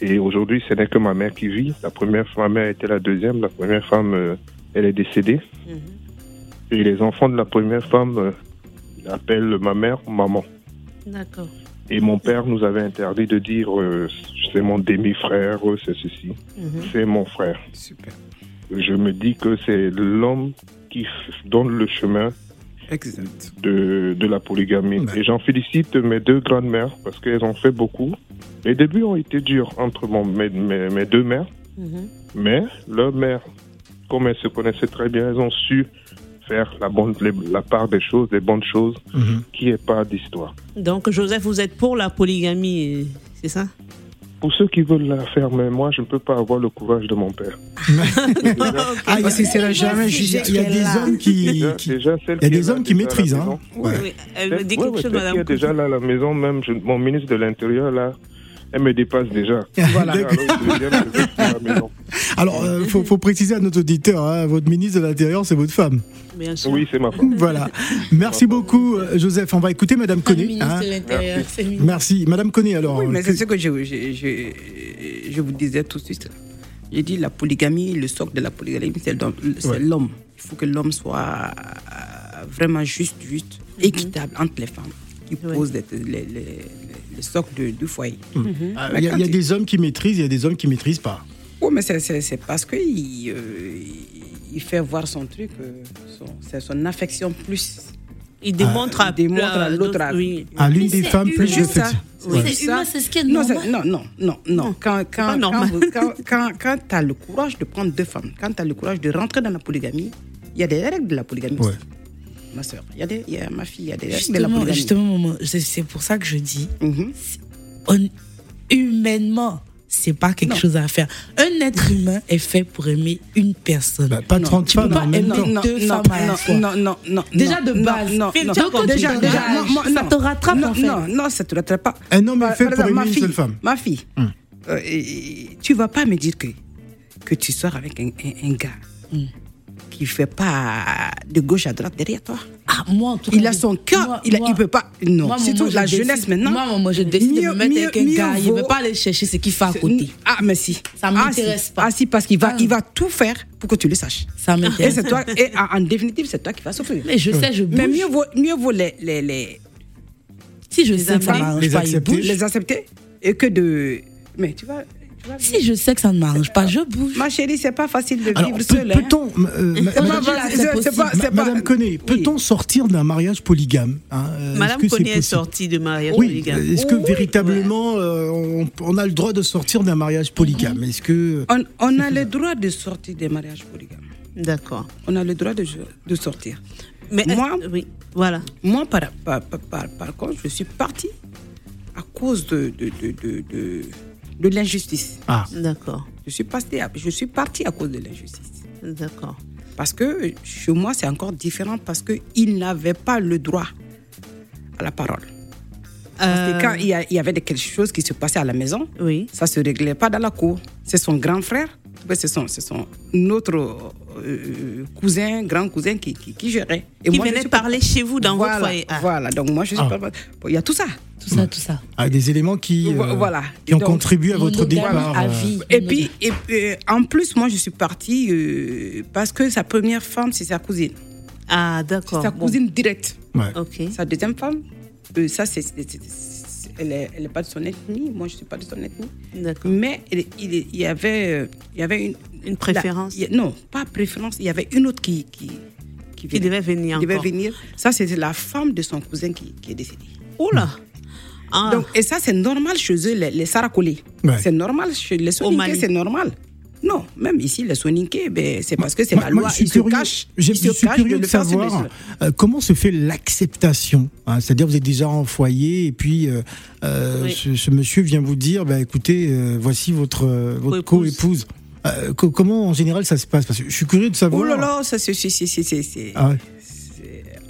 Speaker 9: Et aujourd'hui, ce n'est que ma mère qui vit. La première, ma mère était la deuxième. La première femme, euh, elle est décédée.
Speaker 4: Mhm.
Speaker 9: Et les enfants de la première femme euh, appellent ma mère maman.
Speaker 4: D'accord.
Speaker 9: Et mon père nous avait interdit de dire euh, c'est mon demi-frère, euh, c'est ceci,
Speaker 4: Mhm.
Speaker 9: c'est mon frère.
Speaker 5: Super.
Speaker 9: Je me dis que c'est l'homme qui f- donne le chemin
Speaker 5: Exact.
Speaker 9: de, de la polygamie.
Speaker 3: Ben.
Speaker 9: Et j'en félicite mes deux grandes-mères parce qu'elles ont fait beaucoup. Les débuts ont été durs entre mon- mes, mes- mes deux mères,
Speaker 4: Mhm.
Speaker 9: mais leur mère, comme elles se connaissaient très bien, elles ont su faire la, bonne, les- la part des choses, des bonnes choses,
Speaker 3: Mhm.
Speaker 9: qui est pas d'histoire.
Speaker 4: Donc, Joseph, vous êtes pour la polygamie, euh, c'est ça
Speaker 9: Pour ceux qui veulent la faire, mais moi, je ne peux pas avoir le courage de mon père.
Speaker 3: Ah, parce que c'est la jamais juste. Il y a des hommes qui.
Speaker 9: Déjà-
Speaker 3: qui-
Speaker 9: déjà, celle
Speaker 3: Il y a
Speaker 9: qui est
Speaker 3: des
Speaker 9: là
Speaker 3: hommes qui
Speaker 9: déjà à la
Speaker 3: maîtrisent.
Speaker 9: maison,
Speaker 3: Hein.
Speaker 4: Oui,
Speaker 3: Ouais.
Speaker 4: oui, elle me dit
Speaker 9: Ouais,
Speaker 4: quelque
Speaker 9: ouais,
Speaker 4: chose,
Speaker 9: celle qui
Speaker 4: madame.
Speaker 9: est déjà là à la maison, même je- mon ministre de l'Intérieur, là, elle me dépasse déjà.
Speaker 3: Voilà.
Speaker 9: Alors, je viens de rester à la maison.
Speaker 3: Alors, euh, faut, faut préciser à notre auditeur, hein, votre ministre de l'Intérieur, c'est votre femme.
Speaker 4: Bien sûr.
Speaker 9: Oui, c'est ma femme.
Speaker 3: Voilà. Merci beaucoup, euh, Joseph. On va écouter Madame
Speaker 6: Pas Ah, le
Speaker 3: Conné.
Speaker 6: ministre
Speaker 3: hein.
Speaker 6: de l'Intérieur, c'est le ministre.
Speaker 3: Merci. Madame Conné, alors.
Speaker 5: Oui, mais
Speaker 3: que-
Speaker 5: c'est ce que je, je, je, je vous disais tout de suite. là. J'ai dit la polygamie, le socle de la polygamie, c'est l'homme. c'est
Speaker 3: Ouais.
Speaker 5: l'homme. Il faut que l'homme soit euh, vraiment juste, juste,
Speaker 3: Mhm.
Speaker 5: équitable entre les femmes qui
Speaker 4: Ouais.
Speaker 5: posent les, les, les- les- le socle de- du foyer.
Speaker 3: Ah,
Speaker 5: Bah,
Speaker 3: Il y, a- il y a des hommes qui maîtrisent, il y a des hommes qui maîtrisent pas.
Speaker 5: Oui, Oh, mais c'est- c'est c'est parce qu'il euh, il fait voir son truc, euh, son- c'est son affection plus. Ah,
Speaker 4: Il démontre à,
Speaker 5: il démontre à
Speaker 4: euh,
Speaker 5: l'autre à-
Speaker 4: Oui.
Speaker 3: À l'une
Speaker 10: Mais
Speaker 3: des
Speaker 10: c'est
Speaker 3: femmes plus de
Speaker 10: juste
Speaker 3: fait.
Speaker 5: ça.
Speaker 3: Ouais.
Speaker 10: C'est humain, c'est ce qui est
Speaker 5: Non, c'est-
Speaker 10: normal.
Speaker 5: non, non, non, non. Quand,
Speaker 4: pas
Speaker 5: quand, quand,
Speaker 4: normal.
Speaker 5: vous- quand, tu as le courage de prendre deux femmes, quand tu as le courage de rentrer dans la polygamie, il y a des règles de la polygamie. aussi.
Speaker 3: Ouais.
Speaker 5: Ma soeur, il y a des, il y a ma fille, il y a des règles de la
Speaker 6: Justement,
Speaker 5: polygamie.
Speaker 6: justement, maman, c'est c'est pour ça que je dis,
Speaker 5: Mhm.
Speaker 6: on- humainement, c'est pas quelque
Speaker 5: Non.
Speaker 6: chose à faire. Un être humain est fait pour aimer une personne.
Speaker 3: Bah, pas
Speaker 5: Non,
Speaker 3: 30
Speaker 6: tu peux
Speaker 3: femmes
Speaker 6: pas
Speaker 3: en même
Speaker 6: aimer
Speaker 3: temps.
Speaker 6: deux femmes à la
Speaker 5: non,
Speaker 6: fois.
Speaker 5: non, non, non,
Speaker 6: Déjà de
Speaker 5: non, non,
Speaker 6: base.
Speaker 5: non,
Speaker 6: Fais le
Speaker 5: non,
Speaker 6: check
Speaker 5: non,
Speaker 6: quand tu
Speaker 5: déjà,
Speaker 6: te
Speaker 5: déjà,
Speaker 6: dégages.
Speaker 5: moi- moi-
Speaker 6: Ça
Speaker 5: non.
Speaker 6: te rattrape,
Speaker 5: non,
Speaker 6: en fait.
Speaker 5: Non, non, ça te rattrape pas.
Speaker 3: Un homme est
Speaker 5: Par-
Speaker 3: fait
Speaker 5: par
Speaker 3: pour
Speaker 5: exemple,
Speaker 3: aimer
Speaker 5: ma
Speaker 3: une
Speaker 5: fille,
Speaker 3: seule femme. Hum.
Speaker 5: Ma fille, euh, et- tu vas pas me dire que, que tu sors avec un, un- un gars
Speaker 6: Hum.
Speaker 5: qui fait pas de gauche à droite derrière toi.
Speaker 6: Ah, moi, en tout cas,
Speaker 5: Il a son cœur,
Speaker 6: moi-
Speaker 5: il, a-
Speaker 6: moi-
Speaker 5: il peut pas. Non,
Speaker 6: moi,
Speaker 5: c'est
Speaker 6: moi,
Speaker 5: tout.
Speaker 6: je
Speaker 5: La
Speaker 6: décide-
Speaker 5: jeunesse maintenant.
Speaker 6: Moi, moi, je décide de
Speaker 5: mieux-
Speaker 6: me mettre
Speaker 5: mieux-
Speaker 6: avec un
Speaker 5: mieux
Speaker 6: gars. Il ne
Speaker 5: vaut-
Speaker 6: veut pas aller chercher ce qu'il fait à côté.
Speaker 5: Ah, mais si.
Speaker 6: Ça
Speaker 5: Ah,
Speaker 6: m'intéresse
Speaker 5: si.
Speaker 6: pas.
Speaker 5: Ah, si, parce qu'il va,
Speaker 6: Ah.
Speaker 5: il va tout faire pour que tu le saches.
Speaker 6: Ça
Speaker 5: Et
Speaker 6: m'intéresse.
Speaker 5: c'est toi, et en en définitive, c'est toi qui vas souffrir.
Speaker 6: Mais je sais, je bouge.
Speaker 5: Mais mieux vaut, mieux vaut les, les, les,
Speaker 6: si je sais que ça
Speaker 5: amis,
Speaker 6: m'arrange
Speaker 3: les
Speaker 6: pas, il
Speaker 3: accepter.
Speaker 6: bouge.
Speaker 5: les accepter et que de. Mais tu vas. Tu vas
Speaker 6: Si je sais que ça ne m'arrange pas, je bouge.
Speaker 5: Ma chérie, c'est pas facile de
Speaker 3: Alors,
Speaker 5: vivre
Speaker 3: peut-
Speaker 5: seule. hein.
Speaker 3: peut-on. euh, ma-
Speaker 6: On en
Speaker 3: madame-
Speaker 6: va là, c'est
Speaker 5: c'est
Speaker 6: possible.
Speaker 5: pas-
Speaker 3: Ma- Madame Conné,
Speaker 5: Oui.
Speaker 3: peut-on sortir d'un mariage polygame hein, euh, est-ce
Speaker 4: Madame
Speaker 3: que c'est
Speaker 4: Conné est
Speaker 3: possible
Speaker 4: sortie de mariage
Speaker 3: Oui,
Speaker 4: polygame.
Speaker 3: est-ce
Speaker 6: Oh,
Speaker 3: que véritablement euh, on, on a le droit de sortir d'un mariage polygame Est-ce que. euh,
Speaker 5: On, on a le droit de sortir des mariages polygames.
Speaker 4: D'accord.
Speaker 5: On a le droit de, de sortir.
Speaker 4: Mais est-ce-
Speaker 5: Moi-
Speaker 4: oui, voilà.
Speaker 5: Moi, par, par, par, par- par contre, je suis partie à cause de, de, de, de, de, de l'injustice.
Speaker 3: Ah,
Speaker 4: D'accord.
Speaker 5: Je suis, partie à, je suis partie à cause de l'injustice.
Speaker 4: D'accord.
Speaker 5: Parce que chez moi, c'est encore différent parce qu'ils n'avaient pas le droit à la parole. Parce
Speaker 4: Euh,
Speaker 5: que quand il y, a- il y avait des- quelque chose qui se passait à la maison,
Speaker 4: Oui.
Speaker 5: ça se réglait pas dans la cour. C'est son grand frère, ouais, c'est son, c'est son autre euh, euh, cousin, grand cousin qui, qui, qui gérait. Et
Speaker 4: Qui
Speaker 5: je
Speaker 4: venait
Speaker 5: suis-
Speaker 4: parler chez vous dans
Speaker 5: voilà,
Speaker 4: votre foyer. Ah.
Speaker 5: Voilà, donc moi je suis
Speaker 3: Ah.
Speaker 5: pas- Il y a tout ça.
Speaker 6: Tout ça, tout ça.
Speaker 3: ah, des éléments qui,
Speaker 5: Vo- voilà.
Speaker 3: qui ont
Speaker 5: Donc,
Speaker 3: contribué à votre
Speaker 6: Monogame
Speaker 3: départ.
Speaker 6: à
Speaker 3: euh,
Speaker 6: vie.
Speaker 5: Et puis, et, euh, en plus, moi je suis partie euh, parce que sa première femme, c'est sa cousine.
Speaker 4: Ah,
Speaker 5: C'est
Speaker 4: d'accord.
Speaker 5: sa
Speaker 4: Bon.
Speaker 5: cousine directe.
Speaker 3: ouais.
Speaker 4: Ok.
Speaker 5: Sa deuxième femme, euh, ça c'est. c'est- c'est- c'est- Elle n'est elle est pas de son ethnie, moi je suis pas de son ethnie.
Speaker 4: D'accord.
Speaker 5: Mais il, il- il y avait, euh, il y avait une,
Speaker 4: Une préférence.
Speaker 5: la- il y- non, pas préférence. Il y avait une autre qui qui,
Speaker 4: Qui devait venir
Speaker 5: qui devait
Speaker 4: encore.
Speaker 5: venir. Ça, c'était la femme de son cousin qui, qui est décédée.
Speaker 4: Oula. Ah.
Speaker 5: Donc, et ça, c'est normal chez eux, les, les Saracolés.
Speaker 3: Ouais.
Speaker 5: C'est normal chez les Soninké,
Speaker 4: Mali.
Speaker 5: c'est normal. Non, même ici, les Soninké, ben, c'est parce que c'est
Speaker 3: Moi-
Speaker 5: la
Speaker 3: moi,
Speaker 5: loi.
Speaker 3: je suis
Speaker 5: Ils se
Speaker 3: curieux-
Speaker 5: cachent.
Speaker 3: Je,
Speaker 5: Ils
Speaker 3: je
Speaker 5: se
Speaker 3: suis
Speaker 5: cachent
Speaker 3: curieux de,
Speaker 5: le faire, c'est le
Speaker 3: savoir
Speaker 5: seul.
Speaker 3: euh, comment se fait l'acceptation. hein, C'est-à-dire, vous êtes déjà en foyer et puis euh, euh,
Speaker 4: Oui.
Speaker 3: ce, ce monsieur vient vous dire, bah, écoutez, euh, voici votre, euh, votre
Speaker 4: Co-épouse.
Speaker 3: co-épouse. Euh, co- comment en général ça se passe Parce que je suis curieux de
Speaker 5: Oh
Speaker 3: savoir.
Speaker 5: là là, ça, c'est. c'est- c'est- c'est- c'est-
Speaker 3: Ah ouais.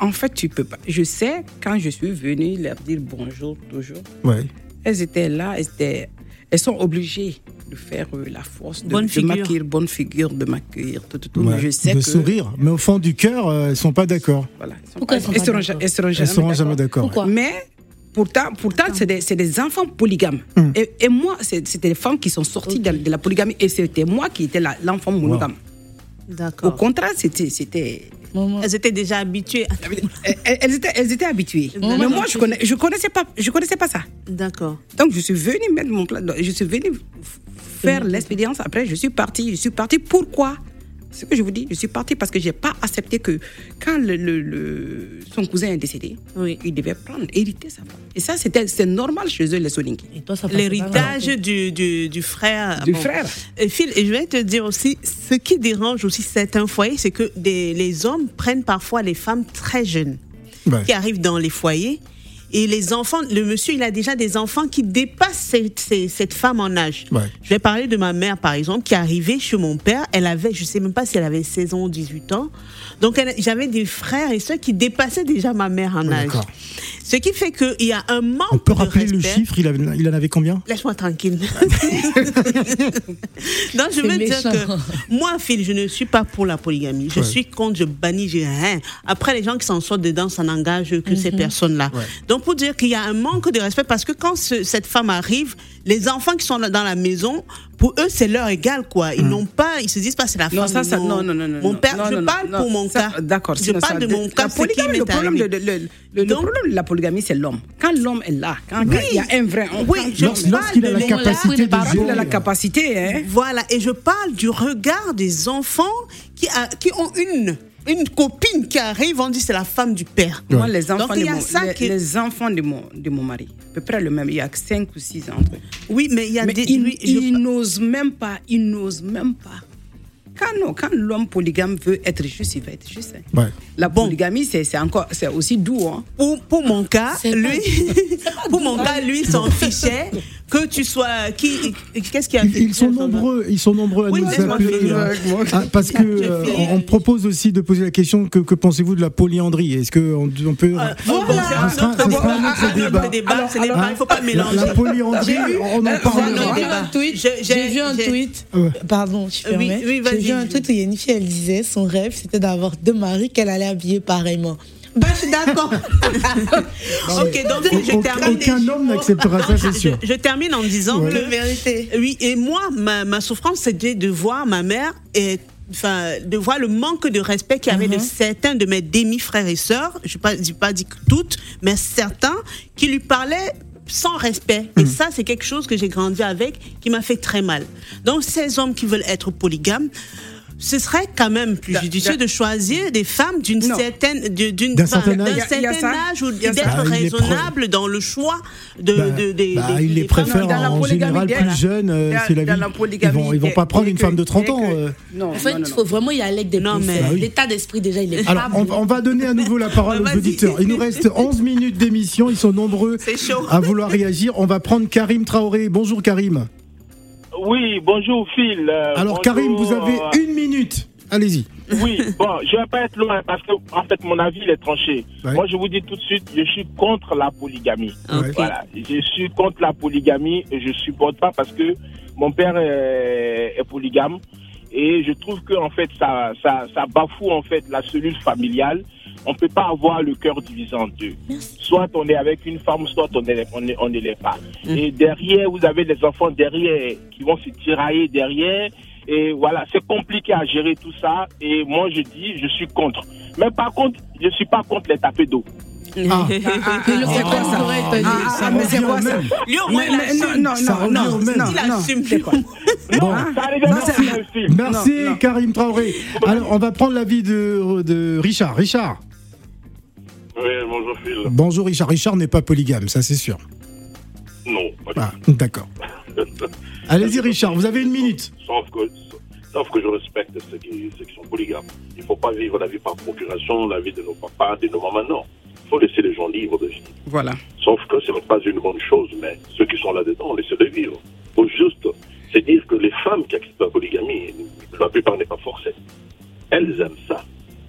Speaker 5: En fait, tu peux pas. Je sais, quand je suis venue leur dire bonjour, toujours,
Speaker 3: Ouais.
Speaker 5: elles étaient là, elles, étaient- elles sont obligées de faire euh, la force, de,
Speaker 4: Bonne
Speaker 5: de
Speaker 4: figure.
Speaker 5: m'accueillir, bonne figure, de m'accueillir, tout, tout, tout.
Speaker 3: Ouais.
Speaker 5: Mais je sais
Speaker 3: de
Speaker 5: que.
Speaker 3: sourire, mais au fond du cœur, euh, elles sont pas d'accord.
Speaker 5: Voilà, elles sont
Speaker 6: Pourquoi
Speaker 5: pas-
Speaker 6: elles sont
Speaker 5: elles
Speaker 6: pas
Speaker 5: seront,
Speaker 6: d'accord
Speaker 5: ja- elles seront
Speaker 3: Elles seront jamais d'accord.
Speaker 6: Pourquoi
Speaker 5: Mais pourtant, pourtant c'est des, c'est des enfants polygames.
Speaker 3: Hum.
Speaker 5: Et, et moi, c'est- c'était des femmes qui sont sorties de, de la polygamie et c'était moi qui étais la- l'enfant monogame. Au
Speaker 4: D'accord.
Speaker 5: contraire, c'était. c'était
Speaker 6: Maman,
Speaker 4: Elles étaient déjà habituées. à-
Speaker 3: Ah,
Speaker 5: Euh, elles, elles étaient, elles étaient habituées.
Speaker 4: Maman,
Speaker 5: Mais
Speaker 4: non,
Speaker 5: moi,
Speaker 4: je
Speaker 5: je connais, je connaissais pas, je connaissais pas ça.
Speaker 4: D'accord.
Speaker 5: Donc je suis venue mettre mon plat. Je suis venue f- faire l'expérience. Après, je suis partie. Je suis partie. Pourquoi Ce que je vous dis, je suis partie parce que j'ai pas accepté que quand le, le- le- son cousin est décédé,
Speaker 4: Oui.
Speaker 5: il devait prendre, hériter sa femme. Et ça, c'était c'est normal chez eux les Soninké.
Speaker 6: et toi, ça passe pas
Speaker 4: L'héritage
Speaker 3: Ah,
Speaker 6: dans la tête.
Speaker 4: du, du, du frère.
Speaker 5: Du frère.
Speaker 4: Et Euh, Phil, et je vais te dire aussi, ce qui dérange aussi certains foyers, c'est que des- les hommes prennent parfois les femmes très jeunes
Speaker 3: Ouais.
Speaker 4: qui arrivent dans les foyers Et les enfants, le monsieur, il a déjà des enfants qui dépassent cette, cette- cette femme en âge.
Speaker 3: Ouais.
Speaker 4: Je vais parler de ma mère, par exemple, qui est arrivée chez mon père. Elle avait, je sais même pas si elle avait 16 ans ou 18 ans. Donc, elle- j'avais des frères et sœurs qui dépassaient déjà ma mère en
Speaker 3: Ouais,
Speaker 4: âge.
Speaker 3: d'accord.
Speaker 4: Ce qui fait qu'il y a un manque
Speaker 3: On peut
Speaker 4: de
Speaker 3: rappeler le
Speaker 4: respect.
Speaker 3: chiffre, il, avait- il en avait combien
Speaker 4: Laisse-moi tranquille. non, je
Speaker 6: C'est
Speaker 4: veux dire
Speaker 6: méchant.
Speaker 4: que moi, Phil, je ne suis pas pour la polygamie. Je
Speaker 3: Ouais.
Speaker 4: suis contre, je bannis, j'ai rien. Après, les gens qui s'en sortent dedans, ça n'engage que
Speaker 5: Mhm.
Speaker 4: ces personnes-là.
Speaker 3: Ouais.
Speaker 4: Donc, pour dire qu'il y a un manque de respect, parce que quand ce- cette femme arrive, les enfants qui sont dans la maison, pour eux, c'est leur égal, quoi.
Speaker 3: Mhm.
Speaker 4: Ils n'ont pas, ils se disent pas, c'est la
Speaker 5: Non,
Speaker 4: femme.
Speaker 5: ça, ça,
Speaker 4: de mon-
Speaker 5: non, non, non, non.
Speaker 4: Mon
Speaker 5: non,
Speaker 4: père,
Speaker 5: non,
Speaker 4: je
Speaker 5: non,
Speaker 4: parle
Speaker 5: non,
Speaker 4: pour mon
Speaker 5: ça,
Speaker 4: cas.
Speaker 5: D'accord.
Speaker 4: Je
Speaker 5: sinon,
Speaker 4: parle de
Speaker 5: ça,
Speaker 4: mon cas,
Speaker 5: La
Speaker 4: ce qui
Speaker 5: polygamie, le
Speaker 4: m'est
Speaker 5: problème de,
Speaker 4: arrivé.
Speaker 5: le, le- le
Speaker 4: Donc-
Speaker 5: problème de la polygamie, c'est l'homme. Quand l'homme est là, quand quand il y a un vrai homme,
Speaker 4: Oui,
Speaker 5: quand
Speaker 4: je
Speaker 5: l'homme est
Speaker 3: Lorsqu'il
Speaker 5: là,
Speaker 3: lorsqu'il a la
Speaker 4: parle de mon
Speaker 6: lard,
Speaker 3: capacité
Speaker 6: oui,
Speaker 3: de
Speaker 6: pardon.
Speaker 5: il a la
Speaker 3: gérer.
Speaker 5: capacité, hein.
Speaker 4: Voilà, et je parle du regard des enfants qui, a- qui ont une, une copine qui arrive, on dit c'est la femme du père.
Speaker 5: Moi, les enfants,
Speaker 4: Donc,
Speaker 5: de
Speaker 4: il y a
Speaker 5: mon,
Speaker 4: ça
Speaker 5: les,
Speaker 4: qui-
Speaker 5: les enfants de mon, de mon mari, à peu près le même, il y a 5 ou 6 entre eux.
Speaker 4: Oui, mais il y a
Speaker 5: Mais
Speaker 4: des.
Speaker 5: il,
Speaker 4: oui, je-
Speaker 5: il n'ose même pas, il n'ose même pas. Quand, non, quand l'homme polygame veut être juste, il va être juste. hein.
Speaker 3: Ouais.
Speaker 5: La polygamie, c'est c'est encore, c'est aussi doux. Hein.
Speaker 4: pour, pour mon cas,
Speaker 6: C'est pas-
Speaker 4: lui, pour mon cas, lui s'en fichait que tu sois qui, qu'est-ce qu'il y a bah.
Speaker 3: Ils, ils sont nombreux, ils sont nombreux à
Speaker 4: Oui,
Speaker 3: nous
Speaker 4: laisse-moi
Speaker 3: appeler.
Speaker 4: finir
Speaker 3: euh,
Speaker 5: avec moi.
Speaker 3: ah, parce que euh,
Speaker 4: fais-
Speaker 3: on on propose aussi de poser la question que, que pensez-vous de la polyandrie Est-ce que on, on peut
Speaker 4: Voilà,
Speaker 3: Ça sera- ça
Speaker 4: Donc,
Speaker 3: sera un
Speaker 4: voilà,
Speaker 3: autre débat.
Speaker 4: débat, ce n'est pas- il ne faut pas
Speaker 3: La-
Speaker 4: mélanger.
Speaker 3: La polyandrie, on en
Speaker 4: un autre
Speaker 3: parlera.
Speaker 6: J'ai vu
Speaker 4: débat.
Speaker 6: un tweet-
Speaker 4: J'ai-
Speaker 6: J'ai vu un
Speaker 4: j'ai-
Speaker 6: tweet.
Speaker 3: Ouais.
Speaker 6: Pardon, je
Speaker 4: Euh, oui,
Speaker 6: permets.
Speaker 4: oui, vas-y,
Speaker 6: J'ai vu un
Speaker 4: vas-y.
Speaker 6: tweet où il y a une fille, elle disait son rêve, c'était d'avoir deux maris qu'elle allait habiller pareillement.
Speaker 4: Bah, je suis d'accord. ok, donc je
Speaker 3: Aucun,
Speaker 4: termine.
Speaker 3: aucun homme n'acceptera ça, c'est sûr.
Speaker 4: Je, je termine en disant
Speaker 3: Ouais.
Speaker 4: que-
Speaker 6: Le vérité.
Speaker 4: Oui, et moi, ma, ma souffrance, c'était de voir ma mère et enfin de voir le manque de respect qu'il y avait de certains de mes demi-frères et sœurs, je ne dis pas dit que toutes, mais certains qui lui parlaient sans respect.
Speaker 3: Mhm.
Speaker 4: Et ça, c'est quelque chose que j'ai grandi avec, qui m'a fait très mal. Donc, ces hommes qui veulent être polygames, ce serait quand même plus
Speaker 5: Da-
Speaker 4: judicieux de choisir des femmes d'une
Speaker 5: Non.
Speaker 4: certaine, de- d'une,
Speaker 3: D'un
Speaker 4: enfin,
Speaker 3: certain âge.
Speaker 5: Il y a- il y a
Speaker 4: certain
Speaker 5: ça.
Speaker 4: âge ou
Speaker 5: Il y a ça.
Speaker 4: d'être
Speaker 3: Bah, il les prend.
Speaker 4: raisonnable dans le choix de,
Speaker 3: Bah,
Speaker 4: de- des-
Speaker 3: bah,
Speaker 4: des-
Speaker 3: ils les
Speaker 4: des femmes.
Speaker 3: préfèrent
Speaker 5: Dans la
Speaker 3: en
Speaker 5: polygamie,
Speaker 3: général
Speaker 5: dès-
Speaker 3: plus jeunes. euh,
Speaker 5: Dans-
Speaker 3: c'est la
Speaker 5: dans
Speaker 3: vie.
Speaker 5: la
Speaker 3: ils
Speaker 5: polygamie,
Speaker 3: vont, ils vont
Speaker 5: dès-
Speaker 3: pas prendre
Speaker 5: dès
Speaker 3: une
Speaker 5: que-
Speaker 3: femme de 30
Speaker 5: dès
Speaker 3: ans.
Speaker 5: que-
Speaker 3: euh.
Speaker 5: Non,
Speaker 6: En fait,
Speaker 5: non,
Speaker 6: il
Speaker 5: non, non.
Speaker 6: faut vraiment y aller avec des
Speaker 4: Non,
Speaker 6: non,
Speaker 4: mais-
Speaker 6: L'état d'esprit, déjà, il est
Speaker 3: Bah Alors,
Speaker 6: pas
Speaker 3: on,
Speaker 6: bon.
Speaker 3: on va donner à nouveau la parole
Speaker 4: Vas-y.
Speaker 3: aux auditeurs. Il nous reste 11 minutes d'émission. Ils sont nombreux
Speaker 4: C'est chaud.
Speaker 3: à vouloir réagir. On va prendre Karim Traoré. Bonjour Karim.
Speaker 10: Oui, bonjour Phil. Euh,
Speaker 3: Alors
Speaker 10: bonjour,
Speaker 3: Karim, vous avez
Speaker 10: euh,
Speaker 3: une minute. Allez-y.
Speaker 10: Oui, bon, je vais pas être loin parce que en fait mon avis il est tranché.
Speaker 3: Ouais.
Speaker 10: Moi je vous dis tout de suite, je suis contre la polygamie.
Speaker 3: Ouais.
Speaker 10: Voilà, je suis contre la polygamie et je supporte pas parce que mon père euh, est, polygame et je trouve que en fait ça ça ça bafoue en fait la cellule familiale. On peut pas avoir le cœur divisé en deux. Soit on est avec une femme, soit on est- on est- on ne l'est pas. Et derrière, vous avez des enfants derrière qui vont se tirailler derrière. Et voilà, c'est compliqué à gérer tout ça. Et moi, je dis, je suis contre. Mais par contre, je suis pas contre les tapés d'eau.
Speaker 3: Ah.
Speaker 6: Le
Speaker 5: c'est quoi
Speaker 6: retour
Speaker 5: ça
Speaker 6: pourrait être-
Speaker 5: Ah, ah, ah, mais c'est
Speaker 3: revient
Speaker 5: quoi
Speaker 3: au
Speaker 5: ça
Speaker 3: même.
Speaker 4: Lui, au moins,
Speaker 5: Mais-
Speaker 4: il
Speaker 5: mais- Non,
Speaker 4: assume.
Speaker 5: non,
Speaker 3: Ça
Speaker 5: non,
Speaker 3: revient au
Speaker 5: non,
Speaker 3: même.
Speaker 5: non,
Speaker 4: Il
Speaker 5: non,
Speaker 4: assume.
Speaker 5: c'est quoi
Speaker 3: Bon.
Speaker 10: Ça arrive à
Speaker 5: non,
Speaker 10: la
Speaker 5: c'est-
Speaker 10: fin du film.
Speaker 3: Merci
Speaker 5: Non, non.
Speaker 3: Karim Traoré. Alors, on va prendre l'avis de, de Richard. Richard.
Speaker 11: Oui, bonjour Phil.
Speaker 3: Bonjour Richard. Richard n'est pas polygame, ça c'est sûr.
Speaker 11: Non,
Speaker 3: Ah, D'accord. Allez-y Richard, vous avez une minute.
Speaker 11: sauf que, sauf que je respecte ceux qui, ceux qui sont polygames. Il ne faut pas vivre la vie par procuration, la vie de nos papas, de nos mamans, non. Il faut laisser les gens libres de vivre.
Speaker 5: Voilà.
Speaker 11: Sauf que ce n'est pas une bonne chose, mais ceux qui sont là-dedans, laissez-les vivre. Faut juste, c'est dire que les femmes qui acceptent la polygamie, la plupart n'est pas forcée. Elles aiment ça.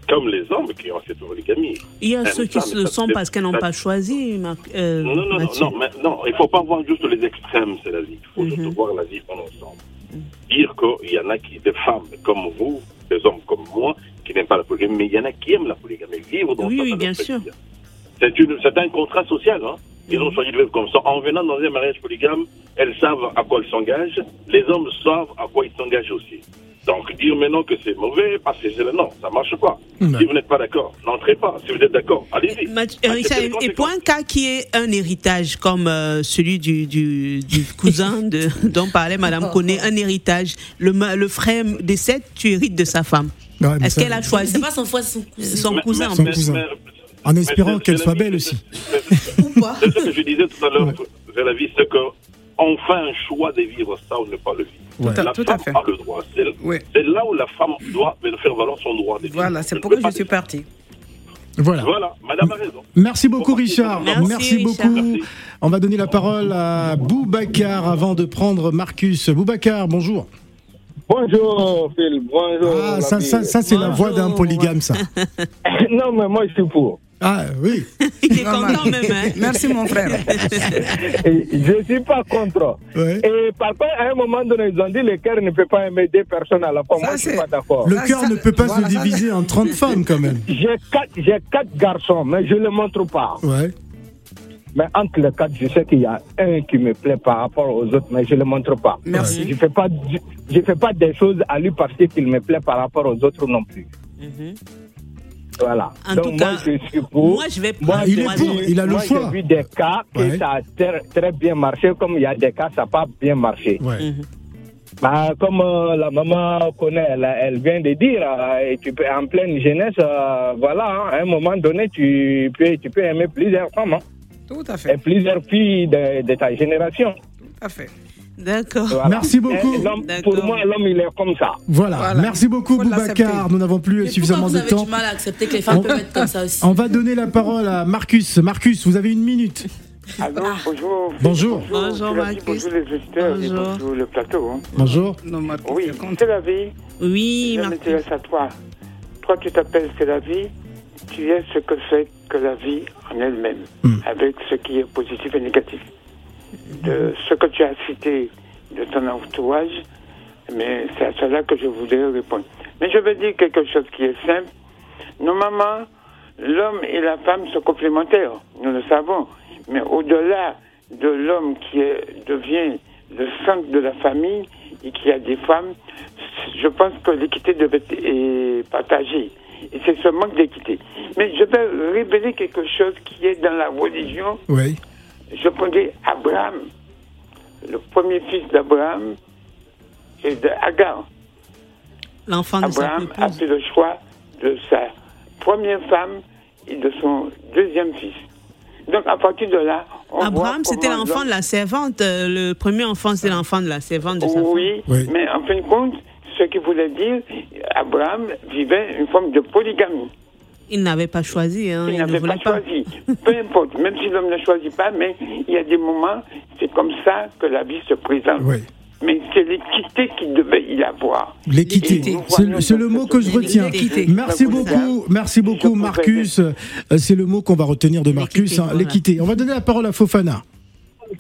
Speaker 11: Comme les hommes qui acceptent la polygamie.
Speaker 4: Il y a
Speaker 11: Elles
Speaker 4: ceux qui
Speaker 11: aiment ça, mais
Speaker 4: le
Speaker 11: ça,
Speaker 4: sont
Speaker 11: c'est-
Speaker 4: parce qu'elles n'ont
Speaker 11: ça-
Speaker 4: pas choisi, Mar- euh,
Speaker 11: Non, non, non,
Speaker 4: Mathieu.
Speaker 11: non, mais non, il ne faut pas voir juste les extrêmes, c'est la vie. Il faut juste voir la vie en ensemble. Dire qu'il y en a qui, des femmes comme vous, des hommes comme moi, qui n'aiment pas la polygamie, mais il y en a qui aiment la polygamie, vivre dans
Speaker 4: Oui,
Speaker 11: ça,
Speaker 4: oui,
Speaker 11: ça
Speaker 4: bien
Speaker 11: leur fait
Speaker 4: sûr.
Speaker 11: plaisir. C'est une- c'est un contrat social, hein. Ils ont choisi de vivre comme ça. En venant dans un mariage polygame, elles savent à quoi elles s'engagent. Les hommes savent à quoi ils s'engagent aussi. Donc, dire maintenant que c'est mauvais, parce que c'est le non, ça marche pas. Si vous n'êtes pas d'accord, n'entrez pas. Si vous êtes d'accord, allez-y.
Speaker 4: Mathieu-
Speaker 11: Acceptez
Speaker 4: Richard,
Speaker 11: les
Speaker 4: et pour
Speaker 11: conséquences.
Speaker 4: un cas qui est un héritage comme euh, celui du, du- du cousin de, dont parlait Madame Conné, un héritage, le, ma- le frère décède, tu hérites de sa femme.
Speaker 3: Ouais, mais
Speaker 4: Est-ce
Speaker 3: ça-
Speaker 4: qu'elle a choisi
Speaker 6: C'est pas son foie, son cousin.
Speaker 4: son
Speaker 11: Mais-
Speaker 4: cousin
Speaker 11: mais-
Speaker 3: Son
Speaker 11: mais-
Speaker 3: cousin.
Speaker 11: mais-
Speaker 3: En
Speaker 11: mais
Speaker 3: espérant
Speaker 11: c'est-
Speaker 3: qu'elle
Speaker 11: c'est
Speaker 3: soit
Speaker 11: la vie,
Speaker 3: belle
Speaker 11: c'est-
Speaker 3: aussi.
Speaker 11: c'est-
Speaker 6: Ou pas.
Speaker 11: C'est ce que je disais tout à l'heure
Speaker 3: Ouais.
Speaker 11: vers la vie, c'est qu'on fait un choix de vivre ça ou de ne pas le vivre.
Speaker 3: Ouais.
Speaker 5: Tout à-
Speaker 11: La
Speaker 5: tout à
Speaker 11: femme
Speaker 5: fait.
Speaker 11: a le droit. C'est
Speaker 5: Oui.
Speaker 11: Ah, c'est là où la femme doit faire valoir son droit de vivre.
Speaker 5: Voilà, c'est
Speaker 11: Je
Speaker 5: pourquoi
Speaker 11: ne
Speaker 5: je
Speaker 11: peux
Speaker 5: suis
Speaker 11: pas-
Speaker 5: partie.
Speaker 3: Voilà.
Speaker 11: Voilà, madame a raison.
Speaker 3: Merci beaucoup Richard.
Speaker 4: Merci, Richard.
Speaker 3: beaucoup. On va donner la parole à Boubacar avant de prendre Marcus. Boubacar, bonjour.
Speaker 12: Bonjour Phil, bonjour.
Speaker 3: Ah,
Speaker 12: la
Speaker 3: ça,
Speaker 12: fille.
Speaker 3: ça, ça, c'est la voix d'un polygame ça.
Speaker 12: Non, mais moi je suis pour.
Speaker 3: Ah oui.
Speaker 4: Il est
Speaker 13: Normal.
Speaker 4: content même. hein.
Speaker 13: Merci mon frère.
Speaker 12: Et Je ne suis pas contre.
Speaker 3: Ouais.
Speaker 12: Et par contre, à un moment donné, ils ont dit le cœur ne peut pas aimer deux personnes à la fois.
Speaker 13: Ça,
Speaker 12: moi je ne
Speaker 13: c'est-
Speaker 12: suis pas d'accord.
Speaker 3: Le
Speaker 13: Ah,
Speaker 3: cœur
Speaker 13: ça,
Speaker 3: ne peut pas
Speaker 13: voilà,
Speaker 3: se
Speaker 13: ça-
Speaker 3: diviser en 30 femmes quand même.
Speaker 12: J'ai quatre, j'ai quatre garçons, mais je ne les montre pas.
Speaker 3: Ouais.
Speaker 12: Mais entre les quatre, je sais qu'il y a un qui me plaît par rapport aux autres, mais je ne le montre pas.
Speaker 13: Merci.
Speaker 12: Je ne fais, pas du- je fais pas des choses à lui parce qu'il me plaît par rapport aux autres non plus. Voilà.
Speaker 4: En
Speaker 12: Donc
Speaker 4: tout
Speaker 12: moi,
Speaker 4: cas,
Speaker 12: je suis pour.
Speaker 4: moi, je vais prendre
Speaker 3: il est
Speaker 12: j'ai
Speaker 3: pour,
Speaker 12: vu-
Speaker 3: il a le
Speaker 12: moi,
Speaker 3: choix.
Speaker 12: J'ai vu des cas que
Speaker 3: Ouais.
Speaker 12: ça a ter- très bien marché, comme il y a des cas ça n'a pas bien marché.
Speaker 3: Ouais.
Speaker 9: Mhm.
Speaker 12: Bah, comme euh, la maman connaît, elle, elle vient de dire, euh, et tu peux, en pleine jeunesse, euh, voilà, hein, à un moment donné, tu peux, tu peux aimer plusieurs femmes hein,
Speaker 13: Tout à fait.
Speaker 12: et plusieurs filles de, de ta génération.
Speaker 13: Tout à fait.
Speaker 4: D'accord.
Speaker 12: Voilà.
Speaker 3: Merci beaucoup.
Speaker 12: Et l'homme-
Speaker 4: D'accord.
Speaker 12: pour moi, l'homme, il est comme ça.
Speaker 3: Voilà.
Speaker 13: Voilà.
Speaker 3: Merci beaucoup
Speaker 13: Faut l'accepter.
Speaker 3: Boubacar. Nous n'avons plus
Speaker 6: pourquoi
Speaker 3: suffisamment
Speaker 6: vous
Speaker 3: de
Speaker 6: avez
Speaker 3: temps.
Speaker 6: du mal à accepter que les femmes peuvent être comme ça aussi
Speaker 3: On va donner la parole à Marcus. Marcus, vous avez une minute.
Speaker 14: Allô,
Speaker 9: Ah.
Speaker 14: bonjour.
Speaker 3: Bonjour.
Speaker 4: Bonjour,
Speaker 14: la vie,
Speaker 4: Marcus.
Speaker 14: Bonjour les auditeurs
Speaker 4: Bonjour.
Speaker 14: et bonjour le plateau. hein.
Speaker 3: Bonjour.
Speaker 13: Non, Marc,
Speaker 14: Oui,
Speaker 13: je compte.
Speaker 14: c'est la vie.
Speaker 4: Oui,
Speaker 14: Je
Speaker 4: Marcus.
Speaker 14: m'intéresse à toi. Toi, tu t'appelles C'est la vie. Tu es ce que c'est que la vie en elle-même,
Speaker 3: Hmm.
Speaker 14: avec ce qui est positif et négatif. De ce que tu as cité de ton entourage, mais c'est à cela que je voulais répondre. Mais je vais dire quelque chose qui est simple. Normalement, l'homme et la femme sont complémentaires, nous le savons. Mais au-delà de l'homme qui est- devient le centre de la famille et qui a des femmes, je pense que l'équité devait être est partagée. Et c'est ce manque d'équité. Mais je vais révéler quelque chose qui est dans la religion.
Speaker 3: Oui.
Speaker 14: Je prenais Abraham, le premier fils d'Abraham et de Hagar.
Speaker 4: L'enfant de sa
Speaker 14: Abraham a
Speaker 4: épouse.
Speaker 14: fait le choix de sa première femme et de son deuxième fils. Donc à partir de là, on
Speaker 4: Abraham,
Speaker 14: voit
Speaker 4: c'était
Speaker 14: comment Ah.
Speaker 4: l'enfant de la servante. euh, Le premier enfant, c'est l'enfant de la servante de sa femme.
Speaker 14: Oui,
Speaker 3: Oui.
Speaker 14: mais en fin de compte, ce qui voulait dire, Abraham vivait une forme de polygamie.
Speaker 4: Il n'avait pas choisi, hein, il,
Speaker 14: Il
Speaker 4: ne
Speaker 14: n'avait
Speaker 4: voulait
Speaker 14: pas
Speaker 4: pas.
Speaker 14: choisi. Peu importe, même si l'homme ne choisit pas, mais il y a des moments, c'est comme ça que la vie se présente.
Speaker 3: Oui.
Speaker 14: Mais c'est l'équité qu'il devait y avoir.
Speaker 3: L'équité,
Speaker 14: L'équité.
Speaker 3: c'est le- c'est le mot que je retiens.
Speaker 13: L'équité.
Speaker 3: Merci
Speaker 4: Bah,
Speaker 14: Ça vous
Speaker 3: beaucoup, merci beaucoup
Speaker 14: Je
Speaker 3: Marcus. Euh, C'est le mot qu'on va retenir de Marcus,
Speaker 4: L'équité,
Speaker 3: hein,
Speaker 4: voilà.
Speaker 3: l'équité. On va donner la parole à Fofana.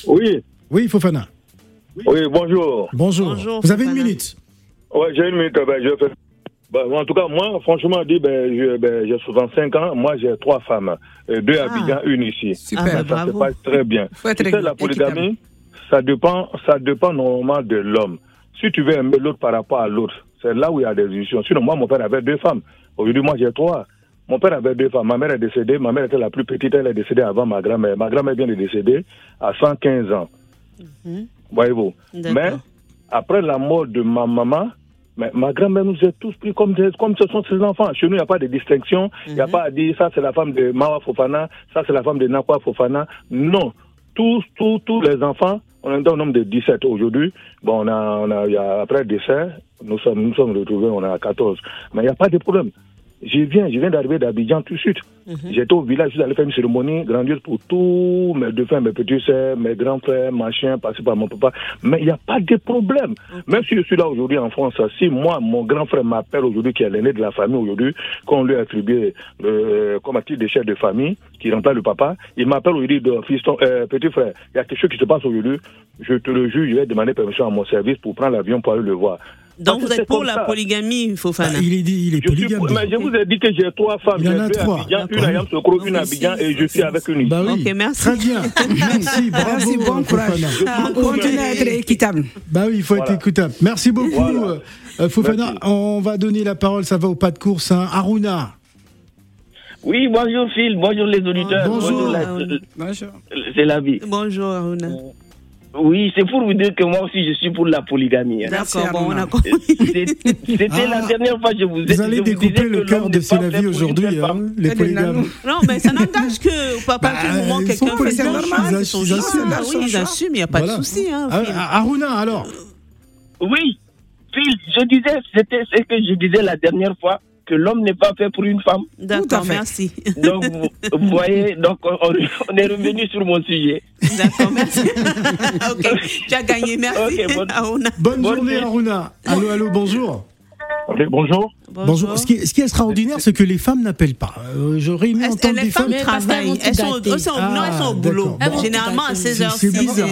Speaker 12: Oui,
Speaker 3: Oui, Fofana.
Speaker 12: oui, bonjour.
Speaker 3: Bonjour.
Speaker 4: Bonjour,
Speaker 3: Vous avez une
Speaker 4: Fofana.
Speaker 3: minute.
Speaker 12: Ouais, j'ai une minute, euh, ben, je fais. Ben, en tout cas, moi, franchement, dit, ben, j'ai souvent 5 ans. Moi, j'ai trois femmes. euh, Deux
Speaker 4: à Ah. Abidjan,
Speaker 12: une ici.
Speaker 4: Ah,
Speaker 13: Super.
Speaker 12: ça se
Speaker 4: bravo.
Speaker 12: passe très bien.
Speaker 13: Faut être
Speaker 12: Tu sais, la
Speaker 13: équitable.
Speaker 12: polygamie, ça dépend, ça dépend normalement de l'homme. Si tu veux aimer l'autre par rapport à l'autre, c'est là où il y a des illusions. Sinon, moi, mon père avait deux femmes. Aujourd'hui, moi, j'ai trois. Mon père avait deux femmes. Ma mère est décédée. Ma mère était la plus petite. Elle est décédée avant ma grand-mère. Ma grand-mère vient de décéder à 115 ans. Voyez-vous.
Speaker 4: D'accord.
Speaker 12: Mais après la mort de ma maman, mais ma grand-mère nous a tous pris comme, des- comme ce sont ses enfants. Chez nous, il n'y a pas de distinction. Il n'y a pas à dire ça, c'est la femme de Mawa Fofana, ça, c'est la femme de Nakwa Fofana. Non. Tous, tous, tous les enfants, on est au nombre de 17 aujourd'hui. Bon, on a, on a, il y a- après le décès, nous sommes, nous sommes retrouvés, on a 14. Mais il n'y a pas de problème. Je viens, je viens d'arriver d'Abidjan tout de suite.
Speaker 4: Mhm.
Speaker 12: J'étais au village, je suis allé faire une cérémonie grandiose pour tous mes deux frères, mes petits sœurs, mes grands frères, machin, passé par mon papa. Mais il n'y a pas de problème. Même si je suis là aujourd'hui en France, si moi, mon grand frère m'appelle aujourd'hui, qui est l'aîné de la famille aujourd'hui, qu'on lui a attribué le, comme à titre de chef de famille, qui remplace le papa, il m'appelle aujourd'hui, de fiston, euh, petit frère, il y a quelque chose qui se passe aujourd'hui, je te le jure, je vais demander permission à mon service pour prendre l'avion pour aller le voir.
Speaker 4: Donc
Speaker 14: Parce que
Speaker 4: vous
Speaker 14: Ah, c'est
Speaker 4: êtes pour
Speaker 14: comme
Speaker 4: la
Speaker 14: ça.
Speaker 4: polygamie,
Speaker 3: Ah,
Speaker 4: Fofana.
Speaker 3: Il est dit, il est
Speaker 14: Je, suis,
Speaker 3: polygame.
Speaker 14: mais je vous ai dit que j'ai trois femmes.
Speaker 3: Il y en
Speaker 14: J'ai
Speaker 3: a
Speaker 14: deux à
Speaker 3: trois.
Speaker 14: Abidjan, une
Speaker 3: D'accord.
Speaker 14: à Yamsokro, une à Abidjan, et je suis avec une.
Speaker 3: Bah oui.
Speaker 4: Ok, merci.
Speaker 3: Très bien. Merci, bravo.
Speaker 13: Merci, bon courage.
Speaker 3: Fofana.
Speaker 13: Continuez à être équitable.
Speaker 3: Bah oui, il faut être
Speaker 14: Voilà.
Speaker 3: écoutable. Merci beaucoup,
Speaker 14: Voilà.
Speaker 3: euh, Fofana.
Speaker 14: Merci.
Speaker 3: On va donner la parole, ça va au pas de course, hein. Aruna.
Speaker 12: Oui, bonjour Phil, bonjour les auditeurs.
Speaker 3: Bonjour.
Speaker 12: la-
Speaker 13: Bonjour.
Speaker 12: c'est la vie. Euh,
Speaker 4: Bonjour, Aruna.
Speaker 12: Oui, c'est pour vous dire que moi aussi je suis pour la polygamie. hein.
Speaker 13: Merci,
Speaker 4: D'accord, bon, on
Speaker 13: Aruna.
Speaker 4: a compris.
Speaker 12: C'est- C'était
Speaker 3: Ah.
Speaker 12: la dernière fois que je vous ai
Speaker 3: Vous allez
Speaker 12: je vous
Speaker 3: découper
Speaker 12: disais
Speaker 3: le
Speaker 12: que
Speaker 3: cœur
Speaker 12: l'homme
Speaker 3: de
Speaker 12: n'est
Speaker 3: C'est
Speaker 12: pas
Speaker 3: la
Speaker 12: fait
Speaker 3: vie
Speaker 12: pour une seule
Speaker 3: aujourd'hui, hein,
Speaker 12: femme.
Speaker 3: les
Speaker 13: C'est des
Speaker 3: polygames.
Speaker 13: nanos.
Speaker 4: Non, mais ça n'engage que pas à partir du
Speaker 3: Bah,
Speaker 4: moment où
Speaker 3: ils
Speaker 4: quelqu'un
Speaker 3: sont
Speaker 4: fait
Speaker 13: polygames,
Speaker 4: son
Speaker 13: ils
Speaker 4: choix, c'est son
Speaker 3: assument, ils
Speaker 4: choix.
Speaker 3: assument
Speaker 4: Ah oui,
Speaker 13: leur
Speaker 4: ils
Speaker 13: choix.
Speaker 4: assument, il n'y a pas
Speaker 3: Voilà.
Speaker 4: de souci. Hein,
Speaker 3: Ah,
Speaker 4: Phil.
Speaker 3: ah, Aruna, alors.
Speaker 15: Euh,
Speaker 12: Oui, Phil, je disais, c'était ce que je disais la dernière fois,
Speaker 15: que l'homme n'est pas fait pour une femme.
Speaker 4: D'accord, merci.
Speaker 15: Donc, vous, vous voyez, donc on, on est revenu sur mon sujet.
Speaker 4: D'accord, merci. ok, tu as gagné, merci. Aruna.
Speaker 3: Bonne journée, Aruna. Allô, allô, bonjour.
Speaker 10: bonjour.
Speaker 3: Bonjour. Ce, qui est, ce qui est extraordinaire, c'est que les femmes n'appellent pas. Euh, J'aurais aimé entendre
Speaker 4: les
Speaker 3: des
Speaker 4: femmes
Speaker 3: femmes. Ah,
Speaker 4: travaillent. Elles sont, au- elles sont, au- non, elles sont au boulot. Généralement à 16h.
Speaker 3: C'est bizarre.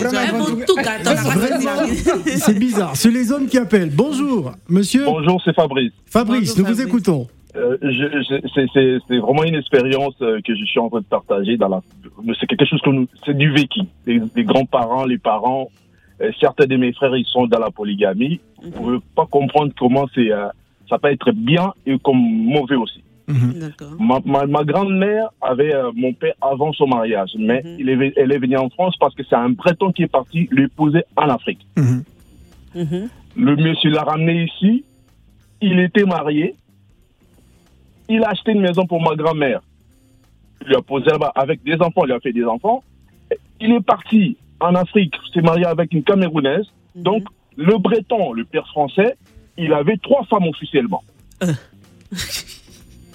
Speaker 3: C'est bizarre. C'est les hommes qui appellent. Bonjour, monsieur.
Speaker 10: Bonjour, c'est Fabrice.
Speaker 3: Fabrice, nous vous écoutons.
Speaker 10: Euh, je- je- c'est- c'est c'est vraiment une expérience euh, que je suis en train de partager. Dans la, c'est quelque chose que nous, c'est du vécu. Les, les grands-parents, les parents, euh, certains de mes frères, ils sont dans la polygamie. Vous pouvez pas comprendre comment c'est, euh, ça peut être bien et comme mauvais aussi.
Speaker 3: Mhm.
Speaker 10: Ma, ma, ma grand-mère avait euh, mon père avant son mariage, mais il est ve- elle est venue en France parce que c'est un Breton qui est parti l'épouser en Afrique.
Speaker 3: Mhm.
Speaker 4: Mhm.
Speaker 10: Le monsieur l'a ramené ici. Il était marié. Il a acheté une maison pour ma grand-mère. Il lui a posé là-bas avec des enfants. Il lui a fait des enfants. Il est parti en Afrique. s'est marié avec une Camerounaise. Donc, le Breton, le père français, il avait trois femmes officiellement.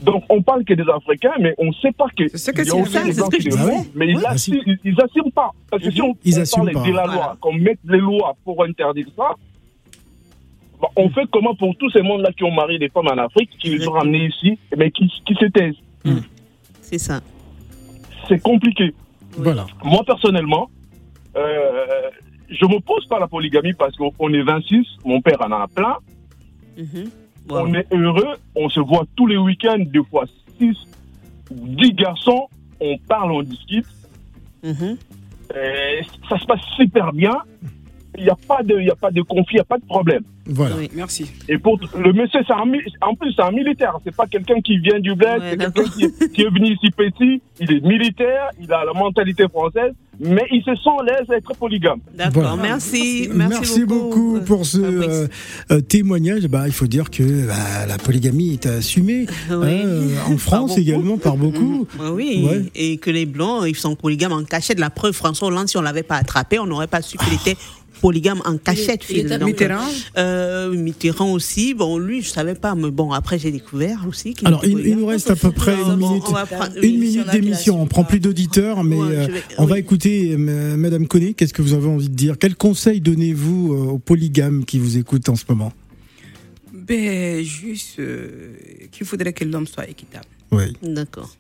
Speaker 10: Donc, on parle que des Africains, mais on ne sait pas que. C'est
Speaker 8: que c'est ça, c'est ce que je disais.
Speaker 10: Mais Ah, ils
Speaker 8: Ouais.
Speaker 10: n'assument pas. Parce que si on,
Speaker 8: Mhm. Ils
Speaker 10: on
Speaker 8: assument
Speaker 10: parle
Speaker 8: pas.
Speaker 10: de la loi,
Speaker 8: Voilà.
Speaker 10: qu'on mette les lois pour interdire ça, bah, on fait comment pour tous ces mondes-là qui ont marié des femmes en Afrique, qui les ont ramenées ici, mais qui, qui se taisent
Speaker 8: Mhm.
Speaker 4: C'est ça.
Speaker 10: C'est compliqué.
Speaker 3: Voilà.
Speaker 10: Moi, personnellement, euh, je m'oppose pas à la polygamie parce qu'on on est 26, mon père en a plein. On est heureux, on se voit tous les week-ends, deux fois six, dix garçons, on parle, on discute. Euh, ça se passe super bien. Il n'y a, pas de- il y a pas de conflit, il n'y a pas de problème.
Speaker 3: Voilà.
Speaker 10: Merci. Et pour le monsieur, c'est un mil- en plus, c'est un militaire. C'est pas quelqu'un qui vient du bled, c'est quelqu'un qui, est- qui est venu ici petit. Il est militaire, il a la mentalité française, mais il se sent à l'aise à être polygame.
Speaker 4: D'accord,
Speaker 3: Voilà.
Speaker 4: merci.
Speaker 3: Merci, beaucoup, pour ce euh, euh, témoignage. Bah, il faut dire que bah, la polygamie est assumée hein, en France
Speaker 4: beaucoup. Mm-hmm.
Speaker 3: également par beaucoup.
Speaker 4: Ouais, Ah Oui,
Speaker 3: Ouais.
Speaker 4: et que les blancs, ils sont polygames en cachette. La preuve, François Hollande, si on l'avait pas attrapé, on n'aurait pas su qu'il était polygame en cachette.
Speaker 5: il
Speaker 4: Phil.
Speaker 5: était
Speaker 4: Donc,
Speaker 5: Mitterrand
Speaker 4: euh, Mitterrand aussi. Bon, lui, je savais pas, mais bon, après, j'ai découvert aussi qu'il
Speaker 3: Alors, il,
Speaker 4: était
Speaker 3: il
Speaker 4: polygame.
Speaker 3: nous reste à peu près une minute,
Speaker 4: on va prendre- oui,
Speaker 3: une minute d'émission. On prend plus d'auditeurs, mais euh, on va écouter euh, Madame Conné. Qu'est-ce que vous avez envie de dire Quel conseil donnez-vous euh, aux polygames qui vous écoutent en ce moment
Speaker 5: Ben, juste euh, qu'il faudrait que l'homme soit équitable.
Speaker 3: Oui.
Speaker 4: D'accord.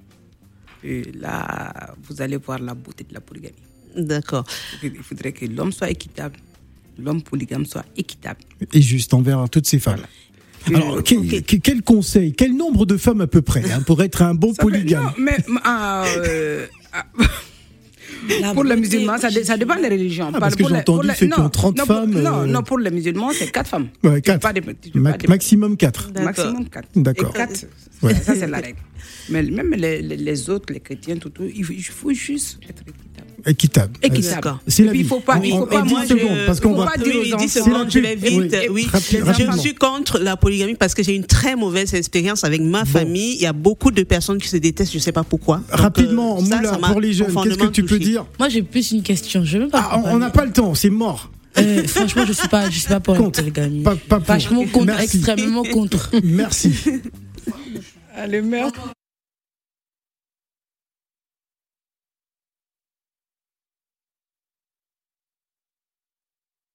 Speaker 5: Et là, vous allez voir la beauté de la polygamie.
Speaker 4: D'accord.
Speaker 5: Il faudrait que l'homme soit équitable, l'homme polygame soit équitable.
Speaker 3: Et juste envers toutes ces femmes. Alors, quel, que- quel conseil Quel nombre de femmes à peu près hein, pour être un bon polygame
Speaker 5: Non, mais m- ah, euh, ah, pour les musulmans, ça, dé- ça dépend des religions.
Speaker 3: Ah,
Speaker 5: Pas-
Speaker 3: parce que
Speaker 5: pour
Speaker 3: j'ai
Speaker 5: les-
Speaker 3: entendu
Speaker 5: pour les-
Speaker 3: ceux qui
Speaker 5: non,
Speaker 3: ont 30
Speaker 5: non, pour-
Speaker 3: femmes, euh,
Speaker 5: Non, non, pour les musulmans, c'est 4 femmes.
Speaker 3: Ouais,
Speaker 5: Tu peux
Speaker 3: quatre.
Speaker 5: pas dé- tu peux
Speaker 3: Ma-
Speaker 5: pas dé-
Speaker 3: maximum 4.
Speaker 5: Maximum 4.
Speaker 3: D'accord.
Speaker 5: Quatre,
Speaker 3: Ouais.
Speaker 5: ça c'est la règle. Mais même les, les- les autres, les chrétiens, tout, tout, il faut- il faut juste être
Speaker 3: Équitable.
Speaker 5: Équitable.
Speaker 3: Euh, C'est la
Speaker 5: Et puis,
Speaker 3: vie.
Speaker 5: il faut pas-
Speaker 3: En-
Speaker 5: il faut
Speaker 3: en-
Speaker 5: pas
Speaker 3: en dix
Speaker 5: manger-
Speaker 3: secondes,
Speaker 4: Euh,
Speaker 3: parce qu'on
Speaker 5: faut
Speaker 3: va.
Speaker 5: pas dire aux
Speaker 4: Oui,
Speaker 5: enfants.
Speaker 4: dis
Speaker 5: C'est la
Speaker 4: souvent, je vais
Speaker 5: pub.
Speaker 4: vite.
Speaker 5: Oui,
Speaker 4: Oui,
Speaker 5: rapi-
Speaker 4: je
Speaker 5: rapidement.
Speaker 4: suis contre la polygamie parce que j'ai une très mauvaise expérience avec ma famille. Il y a beaucoup de personnes qui se détestent, je sais pas pourquoi. Donc,
Speaker 3: Rapidement,
Speaker 4: euh, ça,
Speaker 3: Moula,
Speaker 4: ça m'a
Speaker 3: pour les jeunes, qu'est-ce que
Speaker 4: profondément
Speaker 3: tu peux
Speaker 4: touchée.
Speaker 3: dire
Speaker 6: Moi, j'ai plus une question. Je veux même pas.
Speaker 3: Ah, on- on n'a pas le temps, c'est mort.
Speaker 6: Euh, franchement, je suis pas, je suis pas pour la polygamie.
Speaker 3: Pas, pas pour.
Speaker 6: Vachement contre,
Speaker 3: Merci.
Speaker 6: extrêmement contre.
Speaker 3: Merci.
Speaker 5: Allez, merde.